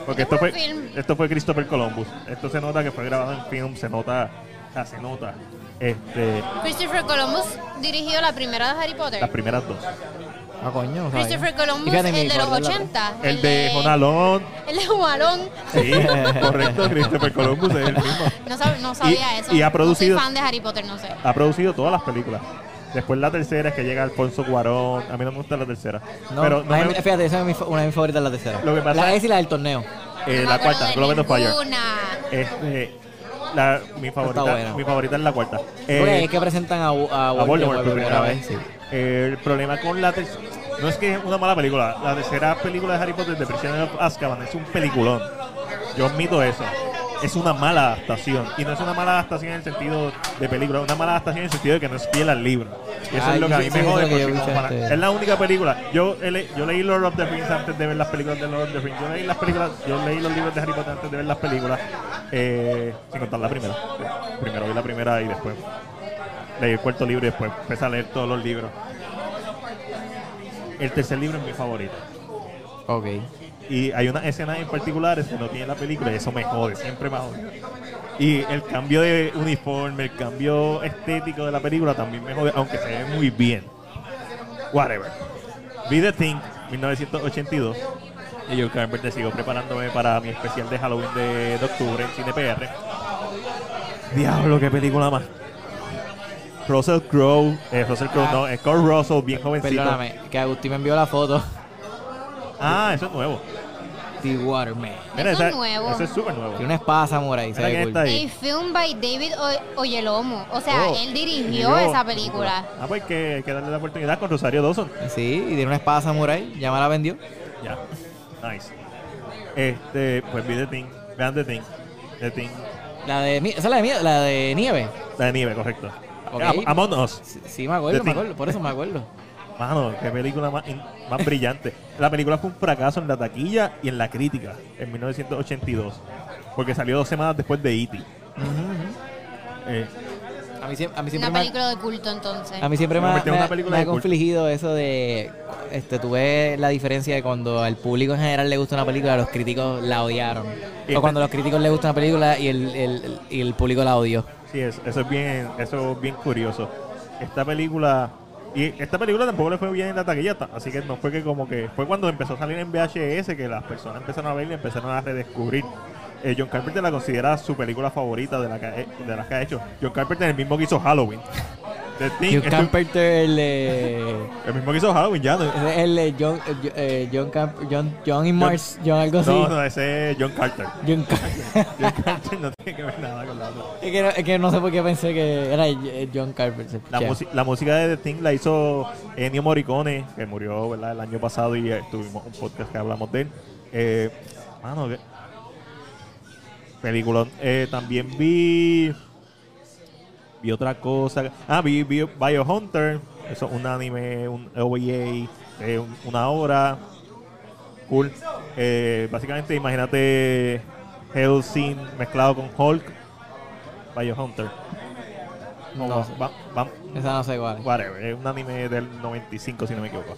Speaker 2: Porque
Speaker 3: Esto
Speaker 2: esto
Speaker 3: fue
Speaker 2: fue,
Speaker 3: film.
Speaker 2: esto fue Christopher Columbus. Esto se nota que fue grabado en film, se nota, o sea, se nota. Este,
Speaker 3: Christopher Columbus dirigió la primera de Harry Potter.
Speaker 2: las primeras dos.
Speaker 4: Ah, coño, no sabía.
Speaker 3: Christopher
Speaker 4: Y
Speaker 3: Columbus,
Speaker 4: fíjate,
Speaker 3: el
Speaker 4: mi
Speaker 3: de los
Speaker 4: gordo, la-
Speaker 3: 80.
Speaker 2: El de Jonalón,
Speaker 3: El de Juanón.
Speaker 2: sí, correcto, Christopher Columbus es el mismo.
Speaker 3: No, sab- no sabía eso.
Speaker 2: y ha producido- Eh,
Speaker 3: No soy fan de Harry Potter, no sé.
Speaker 2: ha producido todas las películas. Después la tercera es que llega Alfonso Cuarón. A mí no me gusta la tercera.
Speaker 4: No,
Speaker 2: pero no
Speaker 4: a mí-
Speaker 2: me-
Speaker 4: fíjate, esa es mi fa- una de mis favoritas, la tercera.
Speaker 2: Lo que pasa-
Speaker 4: la es y la del torneo.
Speaker 2: eh,
Speaker 3: No me
Speaker 2: la
Speaker 3: acuerdo
Speaker 2: cuarta,
Speaker 3: de
Speaker 2: Globe of Fire.
Speaker 3: ninguna.
Speaker 2: Este, la, mi, favorita,
Speaker 4: buena.
Speaker 2: mi favorita es la cuarta. Eh,
Speaker 4: Porque es que presentan a, a,
Speaker 2: a Voldemort por primera vez.
Speaker 4: sí.
Speaker 2: El problema con la tercera. No es que es una mala película. La tercera película de Harry Potter de Prisioner of Azkaban es un peliculón. Yo admito eso. Es una mala adaptación. Y no es una mala adaptación en el sentido de película, es una mala adaptación en el sentido de que no es fiel al libro. Y eso
Speaker 4: Ay,
Speaker 2: es lo que a
Speaker 4: sí,
Speaker 2: mí
Speaker 4: sí,
Speaker 2: me
Speaker 4: eso es
Speaker 2: jode.
Speaker 4: lo que yo
Speaker 2: porque
Speaker 4: he
Speaker 2: como
Speaker 4: visto
Speaker 2: para-
Speaker 4: antes.
Speaker 2: es la única película. Yo, he le- yo leí Lord of the Rings antes de ver las películas de Lord of the Rings. Yo leí las películas, yo leí los libros de Harry Potter antes de ver las películas. eh, sin contar la primera. Primero vi la primera y después leí el cuarto libro y después empecé a leer todos los libros. El tercer libro es mi favorito.
Speaker 4: Ok.
Speaker 2: Y hay unas escenas en particulares que no tiene la película y eso me jode, siempre me jode. Y el cambio de uniforme, el cambio estético de la película también me jode, aunque se ve muy bien. Whatever. Be The Thing, 1982. Y yo, Carmen, te sigo preparándome para mi especial de Halloween de, de octubre en Cine PR. Diablo, qué película más. Russell Crowe, eh, Russell Crowe
Speaker 4: Ah.
Speaker 2: no, eh, Kurt Russell, bien jovencito.
Speaker 4: Perdóname, que Agustín me envió la foto
Speaker 2: Ah, eso es nuevo.
Speaker 1: The Waterman.
Speaker 2: Mira,
Speaker 3: Eso es
Speaker 2: esa-
Speaker 3: nuevo.
Speaker 2: Eso es súper nuevo.
Speaker 1: Tiene una espada samurai. se
Speaker 2: Mira
Speaker 1: ve
Speaker 2: quién
Speaker 1: cool.
Speaker 2: está ahí.
Speaker 3: A film by David O- Oyelomo. O sea,
Speaker 2: Oh,
Speaker 3: él dirigió, esa película.
Speaker 2: Ah, pues que, hay que darle la oportunidad con Rosario Dawson.
Speaker 1: Sí, y tiene una espada samurai. Ya me la vendió.
Speaker 2: Ya. Nice. Este, pues vi The Thing. Vean The Thing. The Thing.
Speaker 1: La de, mi- esa es la de, mie- la de nieve.
Speaker 2: La de nieve, correcto.
Speaker 1: Ok.
Speaker 2: Am- Among Us.
Speaker 1: Sí, sí, me
Speaker 2: The
Speaker 1: acuerdo, me
Speaker 2: Thing.
Speaker 1: acuerdo. Por eso me acuerdo.
Speaker 2: Mano, qué película más, in- más brillante. La película fue un fracaso en la taquilla y en la crítica en 1982. Porque salió dos semanas después de E E.T. Eh,
Speaker 1: A mí, siem- a mí siempre
Speaker 3: Una
Speaker 1: me,
Speaker 3: película de culto, entonces.
Speaker 1: A mí siempre me,
Speaker 2: Me
Speaker 1: ha-
Speaker 2: convirtió en
Speaker 1: me
Speaker 2: una
Speaker 1: ha-
Speaker 2: película
Speaker 1: me ha
Speaker 2: de culto.
Speaker 1: confligido eso de. Este, tú ves la diferencia de cuando al público en general le gusta una película, los críticos la odiaron.
Speaker 2: Y este-
Speaker 1: O
Speaker 2: esta-
Speaker 1: cuando los críticos les gusta una película y el, el- y el público la odió.
Speaker 2: sí, es- eso es bien, eso es bien curioso. Esta película y esta película tampoco le fue bien en la taquilla, ta- así que no fue que como que fue cuando empezó a salir en VHS que las personas empezaron a verla y empezaron a redescubrir. Eh, John Carpenter la considera su película favorita de, la que ha he- de las que ha hecho. John Carpenter el mismo que hizo Halloween. The Thing
Speaker 1: John
Speaker 2: es un-
Speaker 1: Carpenter, el, eh,
Speaker 2: el mismo que hizo Halloween ya. no-
Speaker 1: ese es el, eh, John, eh, John- eh, John, Camp- John, John y Mars, John algo así.
Speaker 2: No, no, ese es John Carter.
Speaker 1: John Car-
Speaker 2: John Carter no tiene que ver nada con la otra.
Speaker 1: es, que no, es que no sé por qué pensé que era eh, John Carpenter.
Speaker 2: La,
Speaker 1: Che.
Speaker 2: musi- la música de The Thing la hizo Ennio Morricone, que murió ¿verdad? el año pasado y eh, tuvimos un podcast que hablamos de él. Eh, mano, que... Película. Eh, también vi... Vi otra cosa. Ah, vi, vi Hunter. Eso, un anime, un OVA, eh, un- una obra. Cool. Eh, básicamente, imagínate Hellsing mezclado con Hulk. Biohunter.
Speaker 1: No
Speaker 2: Va-
Speaker 1: sé.
Speaker 2: va- va-
Speaker 1: Esa no sé cuál. es.
Speaker 2: Whatever, es un anime del 95, si no me equivoco.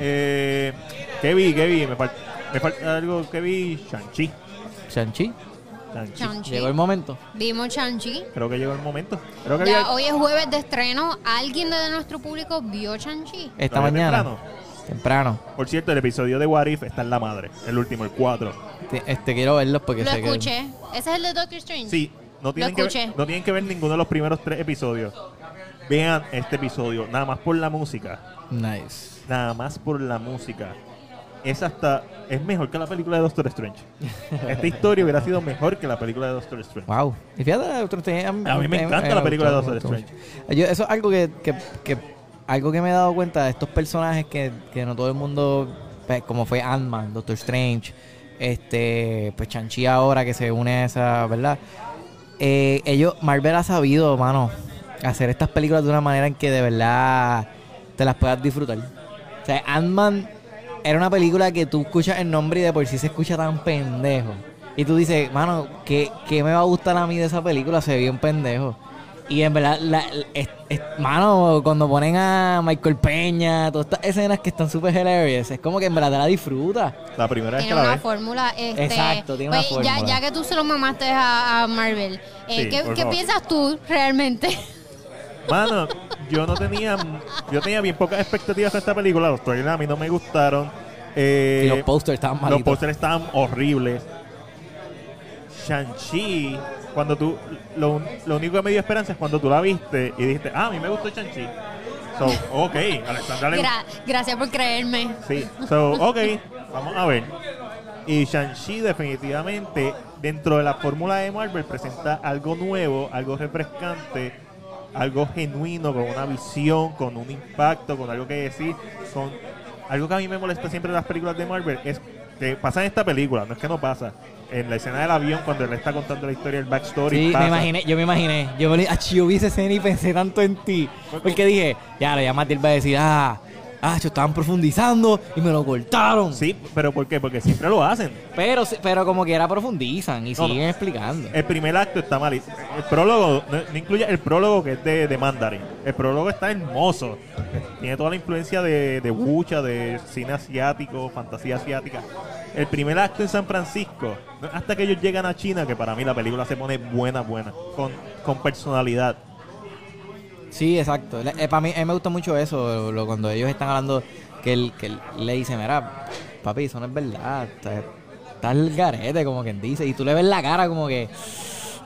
Speaker 2: Eh, ¿Qué vi? ¿Qué vi? Me, fal- me falta algo que vi. Shang-Chi.
Speaker 1: Shang-Chi.
Speaker 2: Shang-Chi.
Speaker 3: Chanchi.
Speaker 1: Llegó el momento.
Speaker 3: Vimos Chanchi.
Speaker 2: Creo que llegó el momento. Creo que vi
Speaker 3: Ya
Speaker 2: al-
Speaker 3: hoy es jueves de estreno. ¿Alguien de nuestro público vio Chanchi?
Speaker 1: Esta
Speaker 2: lo vi
Speaker 1: mañana.
Speaker 2: temprano.
Speaker 1: temprano.
Speaker 2: Por cierto, el episodio de Warif está en la madre. El último, el 4.
Speaker 1: Te- Este, quiero verlos porque
Speaker 3: Lo
Speaker 1: sé que-
Speaker 3: escuché. Ese es el de Doctor Strange.
Speaker 2: Sí, no tienen, que
Speaker 3: escuché.
Speaker 2: ver, no tienen que ver ninguno de los primeros tres episodios. Vean este episodio, nada más por la música.
Speaker 1: Nice.
Speaker 2: Nada más por la música. Es hasta. Es mejor que la película de Doctor Strange. Esta historia hubiera sido mejor que la película de Doctor Strange.
Speaker 1: Wow. Y fíjate, Doctor Strange, a mí,
Speaker 2: A mí me encanta la película de Doctor
Speaker 1: Yo- eso es algo que, que- que- algo que me he dado cuenta de estos personajes que, que no todo el mundo, pues, como fue Ant-Man, Doctor Strange, este, pues Chanchi ahora que se une a esa, ¿verdad? Eh, ellos, Marvel ha sabido, mano, hacer estas películas de una manera en que de verdad te las puedas disfrutar. O sea, Ant-Man era una película que tú escuchas el nombre y de por sí se escucha tan pendejo. Y tú dices, mano, ¿qué, qué me va a gustar a mí de esa película? Se ve bien pendejo. Y en verdad, la- la- es- es- mano, cuando ponen a Michael Peña, todas estas escenas que están súper hilarious, es como que en verdad te la disfrutas.
Speaker 2: La primera vez que
Speaker 3: Tiene
Speaker 2: la
Speaker 3: una
Speaker 2: ves.
Speaker 3: fórmula. Este,
Speaker 1: Exacto, tiene una
Speaker 3: oye,
Speaker 1: fórmula.
Speaker 3: Ya, ya que tú se lo mamaste a, a Marvel, eh,
Speaker 2: Sí,
Speaker 3: ¿qué,
Speaker 2: por
Speaker 3: qué
Speaker 2: favor.
Speaker 3: piensas tú realmente?
Speaker 2: Mano, yo no tenía. Yo tenía bien pocas expectativas de esta película. Los trailers a mí no me gustaron. Eh,
Speaker 1: y los posters estaban
Speaker 2: los
Speaker 1: malitos.
Speaker 2: pósters estaban horribles. Shang-Chi, cuando tú. Lo, un- lo único que me dio esperanza es cuando tú la viste y dijiste, ah, a mí me gustó Shang-Chi. So, ok, Alexandra le gustó.
Speaker 3: Gra- gracias por creerme.
Speaker 2: Sí, so, ok, vamos a ver. Y Shang-Chi definitivamente, dentro de la fórmula de Marvel, presenta algo nuevo, algo refrescante, algo genuino, con una visión, con un impacto, con algo que decir, con algo que a mí me molesta siempre en las películas de Marvel, es que pasa en esta película, no es que no pasa. En la escena del avión, cuando él está contando la historia, el backstory,
Speaker 1: Sí,
Speaker 2: pasa.
Speaker 1: me imaginé, yo me imaginé. Yo, me, ach, yo vi esa escena y pensé tanto en ti. Porque dije, ya, lo llamaste, él va a decir, ah, ah, yo estaban profundizando y me lo cortaron.
Speaker 2: Sí, pero ¿por qué? Porque siempre lo hacen.
Speaker 1: Pero, sí- pero como que era profundizan y
Speaker 2: No, no.
Speaker 1: siguen explicando.
Speaker 2: El primer acto está mal. El prólogo, no, no incluye el prólogo que es de, de Mandarin. El prólogo está hermoso. Tiene toda la influencia de, de Bucha, de cine asiático, fantasía asiática. El primer acto en San Francisco, no es hasta que ellos llegan a China, que para mí la película se pone buena, buena, con, con personalidad.
Speaker 1: Sí, exacto. Le- eh, pa' mí, a mí me gusta mucho eso, lo- cuando ellos están hablando, que él, que él le dice, mira, papi, eso no es verdad. Estás estás el garete, como quien dice. Y tú le ves la cara como que,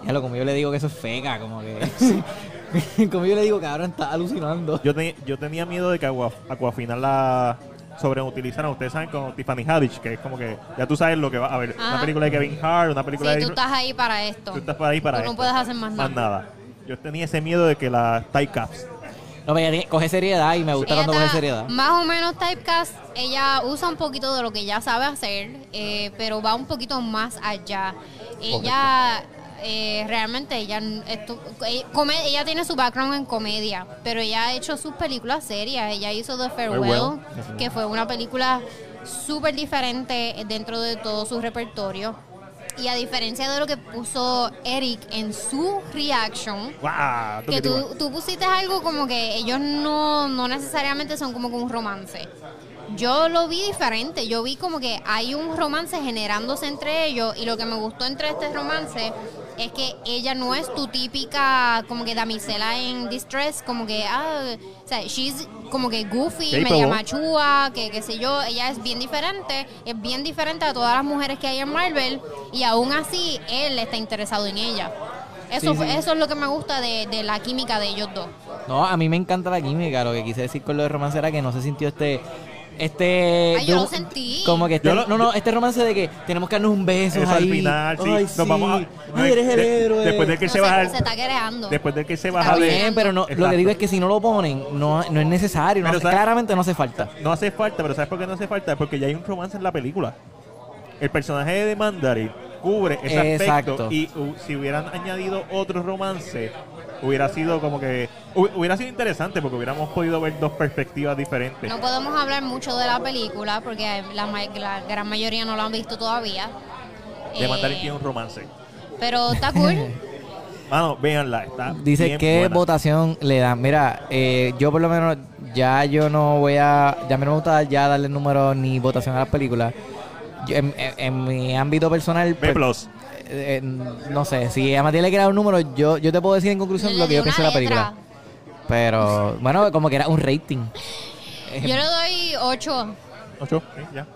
Speaker 1: ya lo como yo le digo que eso es feca, como que... como yo le digo, cabrón, estás alucinando.
Speaker 2: Yo, te- yo tenía miedo de que agua- Aquafina la, sobreutilizaron. Ustedes saben con Tiffany Haddish, que es como que ya tú sabes lo que va a ver. Una
Speaker 3: Ajá.
Speaker 2: película de Kevin Hart, una
Speaker 3: Ah. Sí,
Speaker 2: película de.
Speaker 3: tú estás ahí para esto.
Speaker 2: tú estás para ahí para
Speaker 3: Tú no
Speaker 2: esto.
Speaker 3: puedes hacer más nada.
Speaker 2: Más nada. Yo tenía ese miedo de que las tie caps.
Speaker 1: No, pero ella tiene- coge seriedad y me gusta
Speaker 3: Ella
Speaker 1: cuando coge
Speaker 3: está
Speaker 1: seriedad.
Speaker 3: Más o menos typecast, ella usa un poquito de lo que ya sabe hacer, eh, pero va un poquito más allá. Ella eh, realmente ella, n- esto- eh, come- ella tiene su background en comedia, pero ella ha hecho sus películas serias. Ella hizo The Farewell,
Speaker 2: Farewell.
Speaker 3: que fue una película súper diferente dentro de todo su repertorio. Y a diferencia de lo que puso Eric en su reaction,
Speaker 2: ¡Guau!
Speaker 3: que tú, tú pusiste algo como que ellos no, no necesariamente son como que un romance. Yo lo vi diferente, yo vi como que hay un romance generándose entre ellos y lo que me gustó entre este romance es que ella no es tu típica como que damisela en distress, como que, ah, o sea, she's como que goofy,
Speaker 2: Sí,
Speaker 3: media
Speaker 2: pero-
Speaker 3: machúa, que qué sé yo, ella es bien diferente, es bien diferente a todas las mujeres que hay en Marvel y aún así él está interesado en ella. Eso,
Speaker 1: Sí,
Speaker 3: fue-
Speaker 1: sí.
Speaker 3: eso es lo que me gusta de, de la química de ellos dos.
Speaker 1: No, a mí me encanta la química. Lo que quise decir con lo de romance era que no se sintió este. Este.
Speaker 3: Ay, yo lo
Speaker 1: du-
Speaker 3: sentí.
Speaker 1: Como que este.
Speaker 2: Yo lo-
Speaker 1: no, no, este romance de que tenemos que darnos un beso.
Speaker 2: Eso
Speaker 1: ahí.
Speaker 2: al final, sí.
Speaker 1: Ay,
Speaker 2: Nos vamos a-
Speaker 1: Ay, eres el
Speaker 2: de-
Speaker 1: héroe.
Speaker 2: Después de que
Speaker 3: No,
Speaker 2: se
Speaker 3: se,
Speaker 2: baja.
Speaker 3: se está quereando.
Speaker 2: Después de que se
Speaker 1: Está
Speaker 2: baja de.
Speaker 1: bien, pero no, lo que
Speaker 2: Exacto.
Speaker 1: digo es que si no lo ponen, no, no es necesario. no
Speaker 2: Pero
Speaker 1: hace-
Speaker 2: sabes-
Speaker 1: claramente no hace falta.
Speaker 2: No hace falta, pero ¿sabes por qué no hace falta? Porque ya hay un romance en la película. El personaje de Mandarin cubre ese
Speaker 1: Exacto.
Speaker 2: aspecto y u- si hubieran añadido otro romance, hubiera sido como que... hu- Hubiera sido interesante porque hubiéramos podido ver dos perspectivas diferentes.
Speaker 3: No podemos hablar mucho de la película porque la, ma- la gran mayoría no la han visto todavía.
Speaker 2: de
Speaker 3: Eh,
Speaker 2: Mandarin tiene un romance.
Speaker 3: Pero está cool.
Speaker 2: Mano, véanla, está
Speaker 1: Dice
Speaker 2: bien
Speaker 1: qué
Speaker 2: buena.
Speaker 1: votación le dan. Mira, eh, yo por lo menos ya yo no voy a, ya a mí no me gusta ya darle número ni votación a las películas. Yo, en, en- en mi ámbito personal,
Speaker 2: B+.
Speaker 1: pues, eh, eh, no sé, si a Matías le queda un número, yo, yo te puedo decir en conclusión
Speaker 3: Le
Speaker 1: lo que
Speaker 3: di
Speaker 1: yo
Speaker 3: una
Speaker 1: pienso de la película.
Speaker 3: letra.
Speaker 1: Pero bueno, como que era un rating.
Speaker 3: Yo le doy 8.
Speaker 2: Ocho, sí, ya.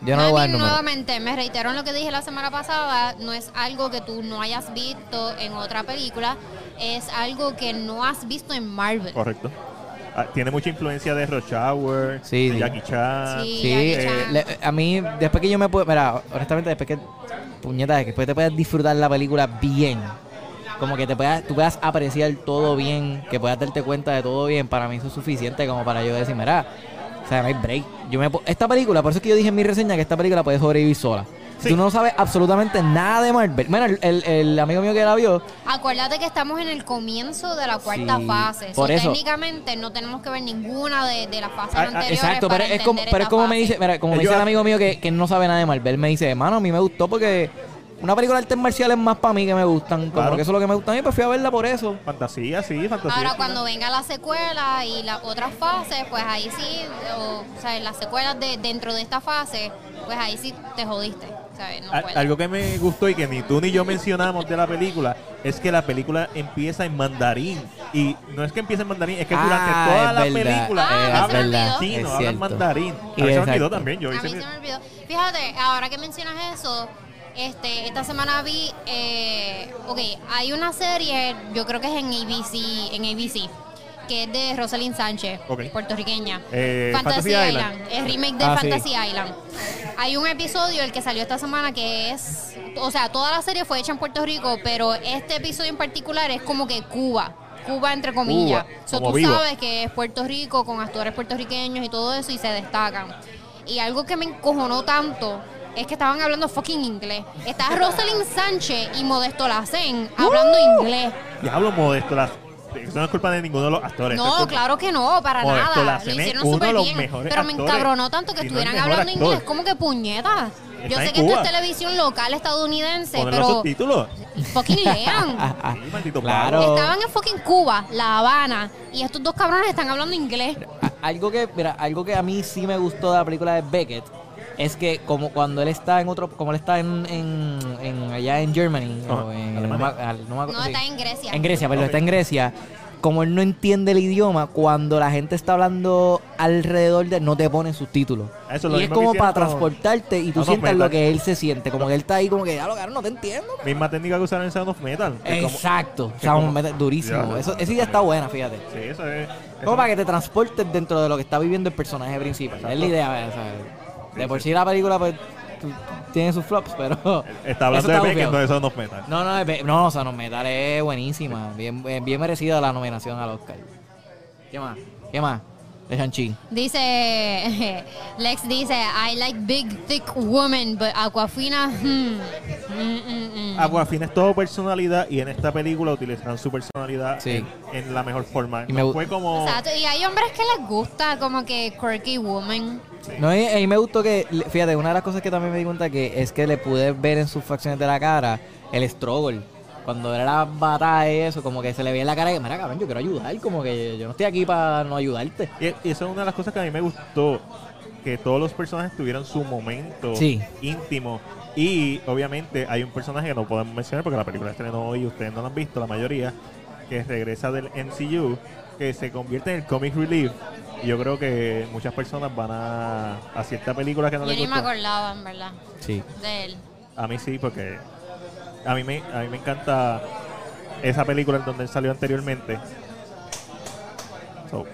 Speaker 1: Yo no le voy a dar
Speaker 3: Mandy,
Speaker 1: número.
Speaker 3: nuevamente, me reitero en lo que dije la semana pasada, no es algo que tú no hayas visto en otra película, es algo que no has visto en Marvel.
Speaker 2: Correcto. Ah, tiene mucha influencia de Rush Hour,
Speaker 1: Sí,
Speaker 2: de
Speaker 1: sí.
Speaker 2: Jackie Chan.
Speaker 3: Sí,
Speaker 1: Sí,
Speaker 3: Jackie
Speaker 1: eh,
Speaker 3: Chan.
Speaker 1: le- a mí, después que yo me puedo. Mira, honestamente, después que. Puñeta, después te puedas disfrutar la película bien. Como que te puedas, tú puedas apreciar todo bien, que puedas darte cuenta de todo bien. Para mí eso es suficiente como para yo decir, mira, o sea, no hay break. Yo me, pu- esta película, por eso es que yo dije en mi reseña que esta película puede sobrevivir sola.
Speaker 2: Sí.
Speaker 1: Tú no sabes absolutamente nada de Marvel. Mira, el, el- el amigo mío que la vio,
Speaker 3: Acuérdate que estamos en el comienzo de la cuarta
Speaker 1: Sí,
Speaker 3: fase.
Speaker 1: por
Speaker 3: So,
Speaker 1: eso.
Speaker 3: Técnicamente no tenemos que ver ninguna de, de las fases
Speaker 2: Ah, ah,
Speaker 3: anteriores.
Speaker 1: Exacto, pero
Speaker 3: para
Speaker 1: es como,
Speaker 3: entender
Speaker 1: pero es
Speaker 3: esta
Speaker 1: como me
Speaker 3: fase.
Speaker 1: dice, mira, como me
Speaker 2: Yo-
Speaker 1: dice el amigo mío que, que no sabe nada de Marvel, me dice, hermano, a mí me gustó porque una película de artes marciales más para mí que me gustan, como
Speaker 2: Claro.
Speaker 1: que eso es lo que me gusta a mí, pues fui a verla por eso.
Speaker 2: Fantasía, sí, fantasía.
Speaker 3: Ahora,
Speaker 2: sí.
Speaker 3: cuando venga la secuela y las otras fases, pues ahí sí, o, sea, las secuelas de, dentro de esta fase, pues ahí sí te jodiste. ¿sabes? No
Speaker 2: Al-
Speaker 3: puedes.
Speaker 2: Ah, Algo que me gustó y que ni tú ni yo mencionamos de la película es que la película empieza en mandarín. Y no es que empiece en mandarín, es que durante
Speaker 1: Ah,
Speaker 2: toda
Speaker 1: es
Speaker 2: la
Speaker 1: verdad,
Speaker 2: película
Speaker 3: Ah, es
Speaker 2: hablan
Speaker 3: verdad,
Speaker 2: chino,
Speaker 1: es
Speaker 2: hablan
Speaker 1: cierto.
Speaker 2: mandarín.
Speaker 1: Y
Speaker 2: A mí se me
Speaker 1: exacto.
Speaker 2: olvidó también, yo
Speaker 3: A
Speaker 2: hice
Speaker 3: mí se me olvidó. Fíjate, ahora que mencionas eso, este, esta semana vi, eh, ok, hay una serie, yo creo que es en ABC, en ABC, que es de Rosalind Sánchez,
Speaker 2: Ok.
Speaker 3: puertorriqueña.
Speaker 2: Eh, Fantasy Island.
Speaker 3: Es remake de
Speaker 1: Ah, sí.
Speaker 3: Fantasy Island. Hay un episodio, el que salió esta semana, que es, o sea, toda la serie fue hecha en Puerto Rico, pero este episodio en particular es como que Cuba. Cuba entre comillas.
Speaker 2: Cuba,
Speaker 3: So,
Speaker 2: como
Speaker 3: tú
Speaker 2: vivo.
Speaker 3: sabes que es Puerto Rico con actores puertorriqueños y todo eso y se destacan. Y algo que me encojonó tanto es que estaban hablando fucking inglés. Está Rosalind Sánchez y Modesto Lacén hablando
Speaker 2: ¡Uh!
Speaker 3: inglés.
Speaker 2: Diablo modesto, las, eso no es culpa de ninguno de los actores. eso es
Speaker 3: No,
Speaker 2: culpa-
Speaker 3: claro que no, para
Speaker 2: Modesto
Speaker 3: nada. Lo
Speaker 2: Lacén es
Speaker 3: hicieron
Speaker 2: uno de
Speaker 3: súper
Speaker 2: los
Speaker 3: bien.
Speaker 2: mejores
Speaker 3: Pero me
Speaker 2: actores,
Speaker 3: encabronó tanto que
Speaker 2: si no el
Speaker 3: estuvieran
Speaker 2: mejor
Speaker 3: hablando
Speaker 2: actor.
Speaker 3: inglés. Como que puñetas. Yo
Speaker 2: Está en
Speaker 3: sé que esto
Speaker 2: Cuba.
Speaker 3: es televisión local estadounidense,
Speaker 2: Poner los
Speaker 3: pero
Speaker 2: subtítulos.
Speaker 3: fucking lean.
Speaker 1: Ah,
Speaker 2: Sí, maldito
Speaker 1: claro.
Speaker 2: pavo.
Speaker 3: Estaban en fucking Cuba, La Habana, y estos dos cabrones están hablando inglés.
Speaker 1: a- algo que, mira, algo que a mí sí me gustó de la película de Beckett es que como cuando él está en otro, como él está en, en, en- allá en Germany,
Speaker 2: Ajá,
Speaker 1: o en-
Speaker 2: Ah, Alemania.
Speaker 1: no me ac- al- no me ac-
Speaker 2: Ah,
Speaker 3: No,
Speaker 1: sí.
Speaker 3: está en Grecia.
Speaker 1: En Grecia, pero
Speaker 2: Ok.
Speaker 1: está en Grecia. como él no entiende el idioma, cuando la gente está hablando alrededor de él, no te ponen subtítulos.
Speaker 2: Ah, Eso es lo
Speaker 1: y es
Speaker 2: mismo que
Speaker 1: como para
Speaker 2: hicieron con-
Speaker 1: transportarte y tú
Speaker 2: No, pues, no,
Speaker 1: sientas
Speaker 2: metal.
Speaker 1: lo que él se siente. Como que él está ahí como que, ya lo cabrón, no te entiendo. cabrón".
Speaker 2: Misma técnica que usaron en Sound of Metal. que como-
Speaker 1: Exacto.
Speaker 2: que
Speaker 1: O sea,
Speaker 2: como-
Speaker 1: un metal durísimo.
Speaker 2: Ya.
Speaker 1: Eso, esa idea está buena, fíjate.
Speaker 2: Sí, eso es.
Speaker 1: Como
Speaker 2: eso-
Speaker 1: para que te transportes dentro de lo que está viviendo el personaje principal. Es la idea, o sea, De por sí la película pues, tú- tiene sus flops, pero...
Speaker 2: Está hablando
Speaker 1: eso está
Speaker 2: de Beck,
Speaker 1: bufiado.
Speaker 2: no de Sound of Metal.
Speaker 1: No, no, es be- no, o sea, no, Metal es buenísima. Bien, bien, bien merecida la nominación al Oscar. ¿Qué más? ¿Qué más? De Shang-Chi.
Speaker 3: Dice, Lex dice, I like big, thick women, but Aquafina, hmm, mm, mm, mm".
Speaker 2: Aquafina es todo personalidad y en esta película utilizan su personalidad
Speaker 1: Sí.
Speaker 2: en, en la mejor forma.
Speaker 1: Y me
Speaker 2: No
Speaker 1: gu-
Speaker 2: fue como.
Speaker 3: Exacto, y hay hombres que les gusta como que quirky woman.
Speaker 1: No, y, a mí me gustó que, le- fíjate, una de las cosas que también me di cuenta que es que le pude ver en sus facciones de la cara el struggle. Cuando era la batalla y eso, como que se le veía en la cara que, mira, cabrón, yo quiero ayudar, como que yo no estoy aquí para no ayudarte.
Speaker 2: Y, y eso es una de las cosas que a mí me gustó. Que todos los personajes tuvieron su momento
Speaker 1: Sí.
Speaker 2: íntimo. Y obviamente hay un personaje que no podemos mencionar porque la película estrenó hoy y ustedes no la han visto, la mayoría, que regresa del MCU, que se convierte en el comic relief. Y yo creo que muchas personas van a, a cierta película que no
Speaker 3: Yo
Speaker 2: les
Speaker 3: ni me
Speaker 2: gustó.
Speaker 3: acordaba, en verdad,
Speaker 1: Sí.
Speaker 3: de él.
Speaker 2: A mí sí, porque a mí me, a mí me encanta esa película en donde él salió anteriormente. So,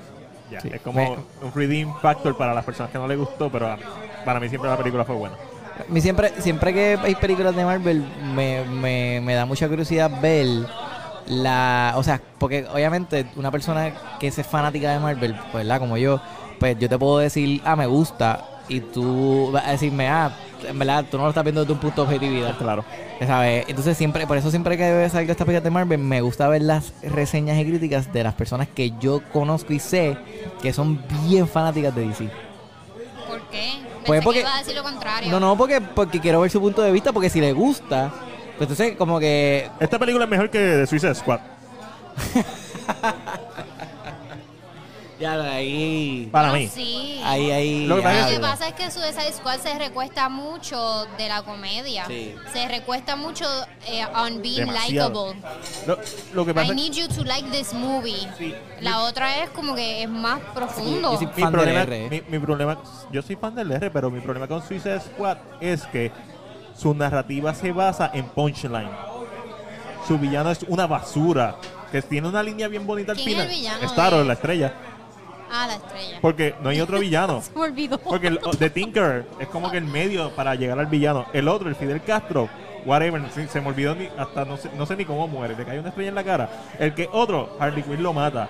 Speaker 2: ya,
Speaker 1: Sí.
Speaker 2: Es como un redeem factor para las personas que no le gustó, pero a- para mí siempre la película fue buena.
Speaker 1: A mí siempre, siempre que hay películas de Marvel, me, me, me da mucha curiosidad ver la. O sea, porque obviamente una persona que es fanática de Marvel, pues, ¿verdad? Como yo, pues yo te puedo decir, ah, me gusta, y tú vas a decirme, ah, en verdad, tú no lo estás viendo desde un punto de objetividad.
Speaker 2: Claro.
Speaker 1: ¿Sabes? Entonces siempre, por eso siempre que salgo estas películas de Marvel, me gusta ver las reseñas y críticas de las personas que yo conozco y sé que son bien fanáticas de DC.
Speaker 3: ¿Por qué? Pensé
Speaker 1: Pues porque-
Speaker 3: que iba a decir lo contrario.
Speaker 1: No, no, porque, porque quiero ver su punto de vista, porque si le gusta, pues entonces como que...
Speaker 2: Esta película es mejor que The Suicide Squad.
Speaker 1: Ya, ahí...
Speaker 2: Para
Speaker 3: No,
Speaker 2: mí.
Speaker 3: Sí.
Speaker 1: Ahí, ahí...
Speaker 2: Lo que pasa
Speaker 3: Lo
Speaker 2: Habla.
Speaker 3: que pasa es que Suicide Squad se recuesta mucho de la comedia.
Speaker 1: Sí.
Speaker 3: Se recuesta mucho eh, on being
Speaker 2: Demasiado.
Speaker 3: likable.
Speaker 2: Lo, lo que pasa
Speaker 3: I
Speaker 2: es-
Speaker 3: need you to like this movie.
Speaker 2: Sí.
Speaker 3: La otra es como que es más profundo.
Speaker 1: Yo soy
Speaker 2: mi
Speaker 1: fan del
Speaker 2: problema,
Speaker 1: R. ¿eh?
Speaker 2: mi, mi problema, yo soy fan del R, pero mi problema con Suicide Squad es que su narrativa se basa en punchline. Su villano es una basura, que tiene una línea bien bonita al
Speaker 3: ¿Quién es
Speaker 2: final.
Speaker 3: el villano eh?
Speaker 2: Starro,
Speaker 3: de-
Speaker 2: la estrella,
Speaker 3: Ah, la estrella.
Speaker 2: porque no hay otro villano.
Speaker 3: Se me olvidó.
Speaker 2: Porque el, The Tinker es como que el medio para llegar al villano. El otro, el Fidel Castro, whatever, se, se me olvidó ni, hasta no sé, no sé ni cómo muere. Le cae una estrella en la cara. El que otro, Harley Quinn lo mata.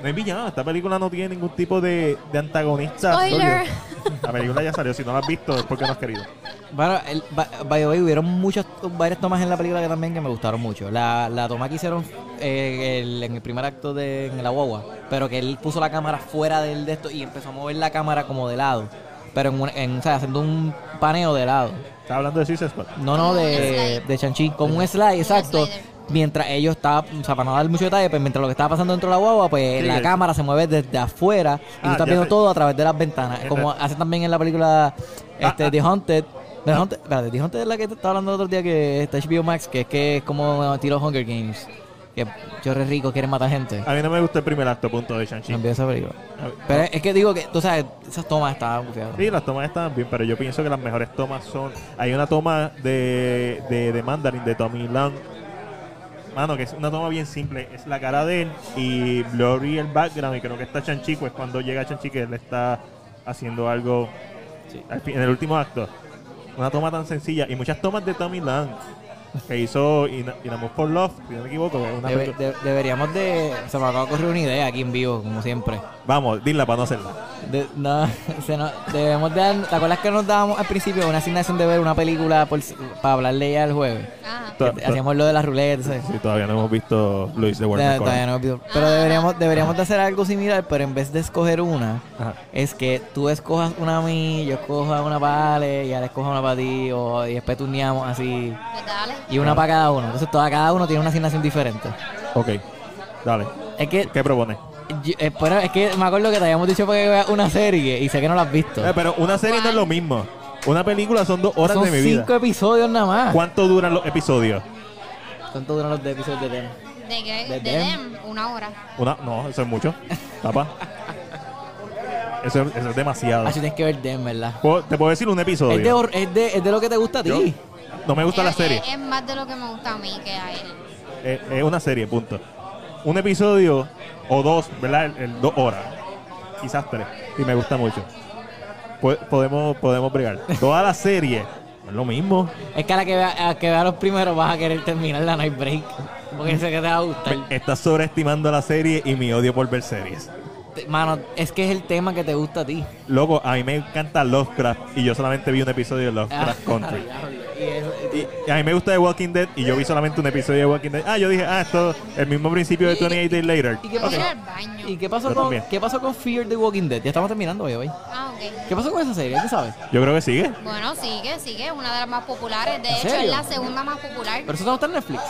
Speaker 2: No hay villano. Esta película no tiene ningún tipo de, de antagonista.
Speaker 3: Spoiler.
Speaker 2: sólido. La película ya salió. Si no la has visto es porque no has querido.
Speaker 1: Bueno, el- ba- by the way, hubieron muchas, varias tomas en la película que también que me gustaron mucho. La, la toma que hicieron eh, el- en el primer acto de en la guagua, pero que él puso la cámara fuera del de esto y empezó a mover la cámara como de lado, pero en, una- en, o sea, haciendo un paneo de lado.
Speaker 2: Está hablando de Suicide Squad.
Speaker 1: No, no, de,
Speaker 3: slide.
Speaker 1: de Chanchi. Con un slide, exacto.
Speaker 3: slider.
Speaker 1: Mientras ellos estaban, o sea, para no dar mucho detalle, pues mientras lo que estaba pasando dentro de la guagua, pues
Speaker 2: Sí,
Speaker 1: la
Speaker 2: el-
Speaker 1: cámara se mueve desde afuera y tú
Speaker 2: Ah, ya
Speaker 1: estás viendo
Speaker 2: sé.
Speaker 1: todo a través de las ventanas.
Speaker 2: Esa-
Speaker 1: Como hace también en la película este,
Speaker 2: Ah, ah.
Speaker 1: The Haunted. The Haunted, espérate, The Haunted es la que te estaba hablando el otro día que está HBO Max, que es que es como tiro Hunger Games. Que Chorre Rico quiere matar gente.
Speaker 2: A mí no me gusta el primer acto, punto de Shang-Chi.
Speaker 1: Me olvidé esa película.
Speaker 2: A-
Speaker 1: Pero es que digo que, tú sabes, esas tomas estaban bufiadas.
Speaker 2: Sí, las tomas están bien, pero yo pienso que las mejores tomas son. Hay una toma de, de, de Mandarin de Tommy Lang. Mano, que es una toma bien simple. Es la cara de él y blurry el background. Y creo que está Chanchi, pues cuando llega Chanchi que él está haciendo algo al fin- en el último acto. Una toma tan sencilla. Y muchas tomas de Tommy Lang que hizo In, In Amor for Love, si no me equivoco. que es una
Speaker 1: Debe-
Speaker 2: película-
Speaker 1: de- deberíamos de... Se me acaba de ocurrir una idea aquí en vivo, como siempre.
Speaker 2: Vamos, dila para no hacerla.
Speaker 1: De- no, se nos- debemos de dar, ¿te acuerdas que nos dábamos al principio una asignación de ver una película por, para hablarle ya el jueves?
Speaker 3: Ajá.
Speaker 2: To-
Speaker 1: Que Hacíamos lo de las ruletas. ¿sabes?
Speaker 2: Sí, todavía no hemos visto Luis de
Speaker 1: Ya,
Speaker 2: Warner
Speaker 1: todavía
Speaker 2: Corner.
Speaker 1: no, pero- pero deberíamos, deberíamos de hacer algo similar, pero en vez de escoger una,
Speaker 2: Ajá.
Speaker 1: es que tú escojas una a mí, yo escoja una para Ale, y Ale escoja una para ti, o, y después turneamos así,
Speaker 3: Pues dale.
Speaker 1: y una para cada uno. Entonces toda, cada uno tiene una asignación diferente.
Speaker 2: Ok, dale.
Speaker 1: Es que,
Speaker 2: ¿Qué propones?
Speaker 1: yo- eh, bueno, es que me acuerdo que te habíamos dicho para que veas una serie, y sé que no la has visto.
Speaker 2: Eh, pero una serie no es lo mismo. Una película son dos horas
Speaker 1: Son
Speaker 2: de mi
Speaker 1: cinco
Speaker 2: vida.
Speaker 1: episodios nada más.
Speaker 2: ¿Cuánto duran los episodios?
Speaker 1: ¿Cuánto duran los de episodios de Ten?
Speaker 3: De, que-
Speaker 1: De
Speaker 3: de
Speaker 1: Dem.
Speaker 3: Dem, una hora.
Speaker 2: Una, no, eso es mucho. Tapa. Eso, es- eso es demasiado.
Speaker 1: Ah, sí, tienes que ver Dem, ¿verdad?
Speaker 2: Puedo- te puedo decir un
Speaker 1: Es de,
Speaker 2: episodio.
Speaker 1: hor- es, de, es de lo que te gusta a ti.
Speaker 2: Yo- no me gusta la
Speaker 3: Es-
Speaker 2: serie.
Speaker 3: Es, es más de lo que me gusta a mí que a él.
Speaker 2: Eh, Es una serie, punto. Un episodio o dos, ¿verdad? El, el dos horas. Quizás tres. Y me gusta mucho. Po- podemos, podemos bregar. Toda la serie es lo mismo.
Speaker 1: Es que a la que vea, a la que vea los primeros vas a querer terminar la Night Break. Porque sé que te va a gustar.
Speaker 2: Estás sobreestimando la serie y mi odio por ver series.
Speaker 1: Te- Mano, es que es el tema que te gusta a ti.
Speaker 2: Loco, a mí me encanta Lovecraft y yo solamente vi un episodio de Lovecraft
Speaker 3: Ah.
Speaker 2: Country.
Speaker 1: Y eso-
Speaker 2: Y a mí me gusta The Walking Dead y yo vi solamente un episodio de Walking Dead. Ah, yo dije, ah, esto el mismo principio de 28 Days Later.
Speaker 1: ¿Y qué
Speaker 3: Yo
Speaker 1: pasó?
Speaker 3: voy a ir al baño.
Speaker 1: ¿Y qué pasó,
Speaker 2: Yo
Speaker 1: con,
Speaker 2: también.
Speaker 1: qué pasó con Fear the Walking Dead? Ya estamos terminando hoy, hoy.
Speaker 3: Ah, ok.
Speaker 1: ¿Qué pasó con esa serie? ¿Qué sabes?
Speaker 2: Yo creo que sigue.
Speaker 3: Bueno, sigue, sigue. Es una de las más populares. De
Speaker 1: ¿En
Speaker 3: hecho,
Speaker 1: serio?
Speaker 3: es la segunda más popular.
Speaker 1: ¿Pero eso no está en Netflix?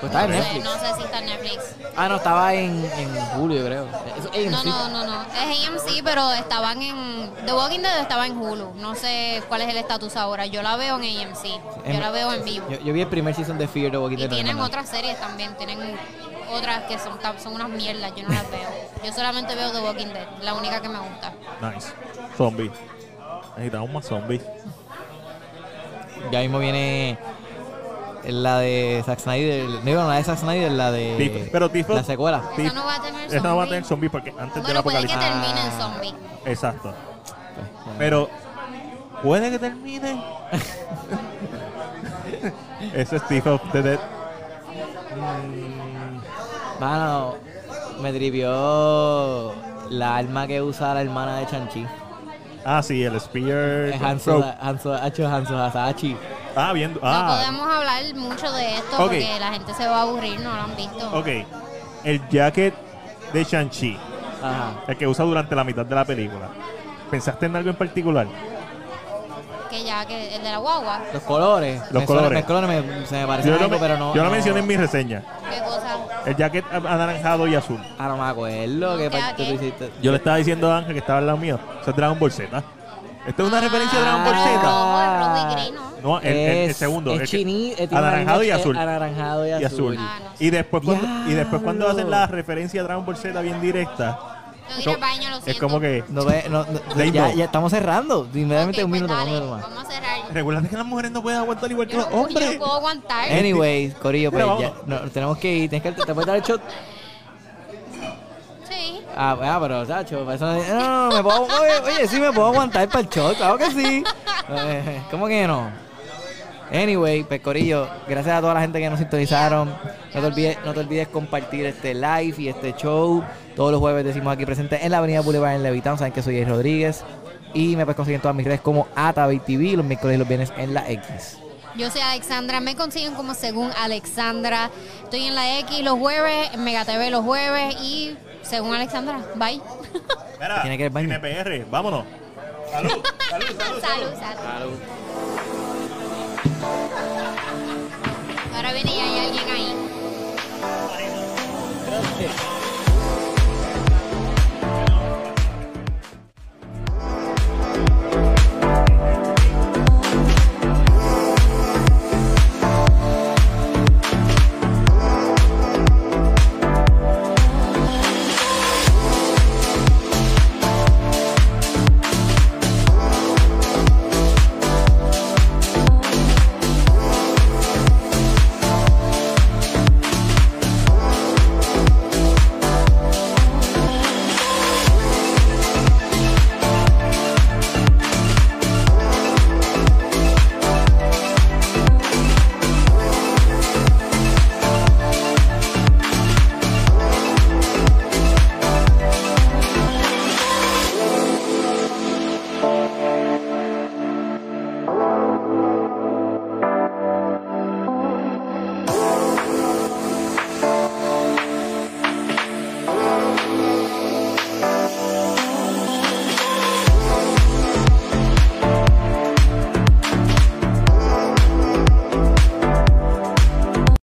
Speaker 1: Pues está en
Speaker 3: no, sé,
Speaker 1: Netflix.
Speaker 3: no sé si está en Netflix.
Speaker 1: Ah, no, estaba en, en julio, creo. Eso- en
Speaker 3: No,
Speaker 1: sí.
Speaker 3: no, no, no. Es AMC, pero estaban en. The Walking Dead estaba en Hulu. No sé cuál es el estatus ahora. Yo la veo en AMC. Yo la veo en vivo.
Speaker 1: Yo, yo vi el primer season de Fear the Walking
Speaker 3: Y
Speaker 1: Dead.
Speaker 3: tienen
Speaker 1: hermano.
Speaker 3: otras series también. Tienen otras que son, tan- son unas mierdas. Yo no las veo. Yo solamente veo The Walking Dead. La única que me gusta.
Speaker 2: Nice. Zombie. Necesitamos más zombies.
Speaker 1: Ya mismo viene la de Zack Snyder. No, no, la de Zack Snyder, la de.
Speaker 2: Tif- pero Tifo-
Speaker 1: La secuela.
Speaker 2: Sí.
Speaker 3: Esa no va a tener
Speaker 2: Esa no va a tener
Speaker 3: zombies.
Speaker 2: zombies porque antes del
Speaker 3: Bueno, puede que
Speaker 2: apocalipsis.
Speaker 3: termine en
Speaker 1: Ah.
Speaker 3: zombie.
Speaker 2: Exacto. Pero puede que termine. Ese es Steve of the Dead.
Speaker 1: Mano, me trivió la arma que usa la hermana de Chanchi.
Speaker 2: Ah, sí, el Spear.
Speaker 1: Es
Speaker 2: con
Speaker 1: Hanzo,
Speaker 2: rope.
Speaker 1: Hanzo, Hacho Hanzo Hasachi.
Speaker 2: Ah, viendo.
Speaker 3: No
Speaker 2: Ah,
Speaker 3: podemos hablar mucho de esto
Speaker 2: Ok.
Speaker 3: porque la gente se va a aburrir, no lo han visto.
Speaker 2: ok. El jacket de Shang-Chi,
Speaker 1: Ajá.
Speaker 2: el que usa durante la mitad de la película. ¿Pensaste en algo en particular?
Speaker 3: Que ya, que el de la guagua,
Speaker 1: Los colores.
Speaker 2: Los
Speaker 1: me suena-
Speaker 2: colores.
Speaker 1: los colores me- se me parecen
Speaker 2: Yo
Speaker 1: algo,
Speaker 2: lo,
Speaker 1: pero no.
Speaker 2: yo lo
Speaker 1: no-
Speaker 2: mencioné en mi reseña.
Speaker 3: qué cosa.
Speaker 2: El jacket a- anaranjado y azul.
Speaker 1: Ah, no me acuerdo qué
Speaker 3: Ya,
Speaker 1: parte tú
Speaker 3: ¿qué?
Speaker 1: hiciste.
Speaker 2: Yo le estaba diciendo a Ángel que estaba al lado mío. Eso es Dragon Ball Z. Esto es una referencia a Dragon Ball
Speaker 3: El
Speaker 2: Z.
Speaker 3: rojo, el rojo y gris, ¿no?
Speaker 2: No, el, el- el segundo.
Speaker 1: Ah. Es
Speaker 2: el que-
Speaker 1: chiní, eh, tiene una
Speaker 2: anaranjado y
Speaker 1: línea, eh,
Speaker 2: azul.
Speaker 1: Anaranjado y
Speaker 2: Y azul.
Speaker 1: azul.
Speaker 3: Ah, no sé.
Speaker 2: Y después cuando, y después cuando
Speaker 1: Diablo.
Speaker 2: hacen la referencia a Dragon Ball Z bien directa.
Speaker 3: Yo iré al baño, lo
Speaker 2: es
Speaker 3: siento.
Speaker 2: como que.
Speaker 1: No ve, no, no-
Speaker 2: Ley
Speaker 1: ya,
Speaker 2: no.
Speaker 1: ya estamos cerrando. Inmediatamente
Speaker 3: Ok,
Speaker 1: un
Speaker 3: pues
Speaker 1: minuto,
Speaker 3: dale,
Speaker 1: un minuto más.
Speaker 3: Vamos a cerrar.
Speaker 2: Recuerda que las mujeres no pueden aguantar igual que
Speaker 3: Yo
Speaker 2: los
Speaker 3: no, puedo- yo no
Speaker 2: hombres.
Speaker 3: puedo aguantar.
Speaker 1: Anyways, Corillo, pues
Speaker 2: Mira,
Speaker 1: ya, no, tenemos que ir. Tienes que, ¿Te puedes dar el shot?
Speaker 3: Sí.
Speaker 1: Ah, ah, pero, Sacho, para eso no, no, no, me puedo, oye, oye, sí me puedo aguantar para el shot, claro que sí. Eh, ¿Cómo que no? Anyway, pues Corillo, gracias a toda la gente que nos sintonizaron. No te olvides, no te olvides compartir este live y este show. Todos los jueves decimos aquí presente en la Avenida Boulevard en Levitown. Saben que soy Jay Rodríguez. Y me puedes conseguir en todas mis redes como Atavey TV, los miércoles y los viernes en la X.
Speaker 3: Yo soy Alexandra, me consiguen como según Alexandra. Estoy en la X los jueves, en Mega TV los jueves y según Alexandra. Bye.
Speaker 2: Mira,
Speaker 1: Tiene que ir al baño.
Speaker 2: NPR, vámonos. Salud, salud, salud.
Speaker 3: salud, salud. Ahora viene y hay alguien ahí.
Speaker 2: salud.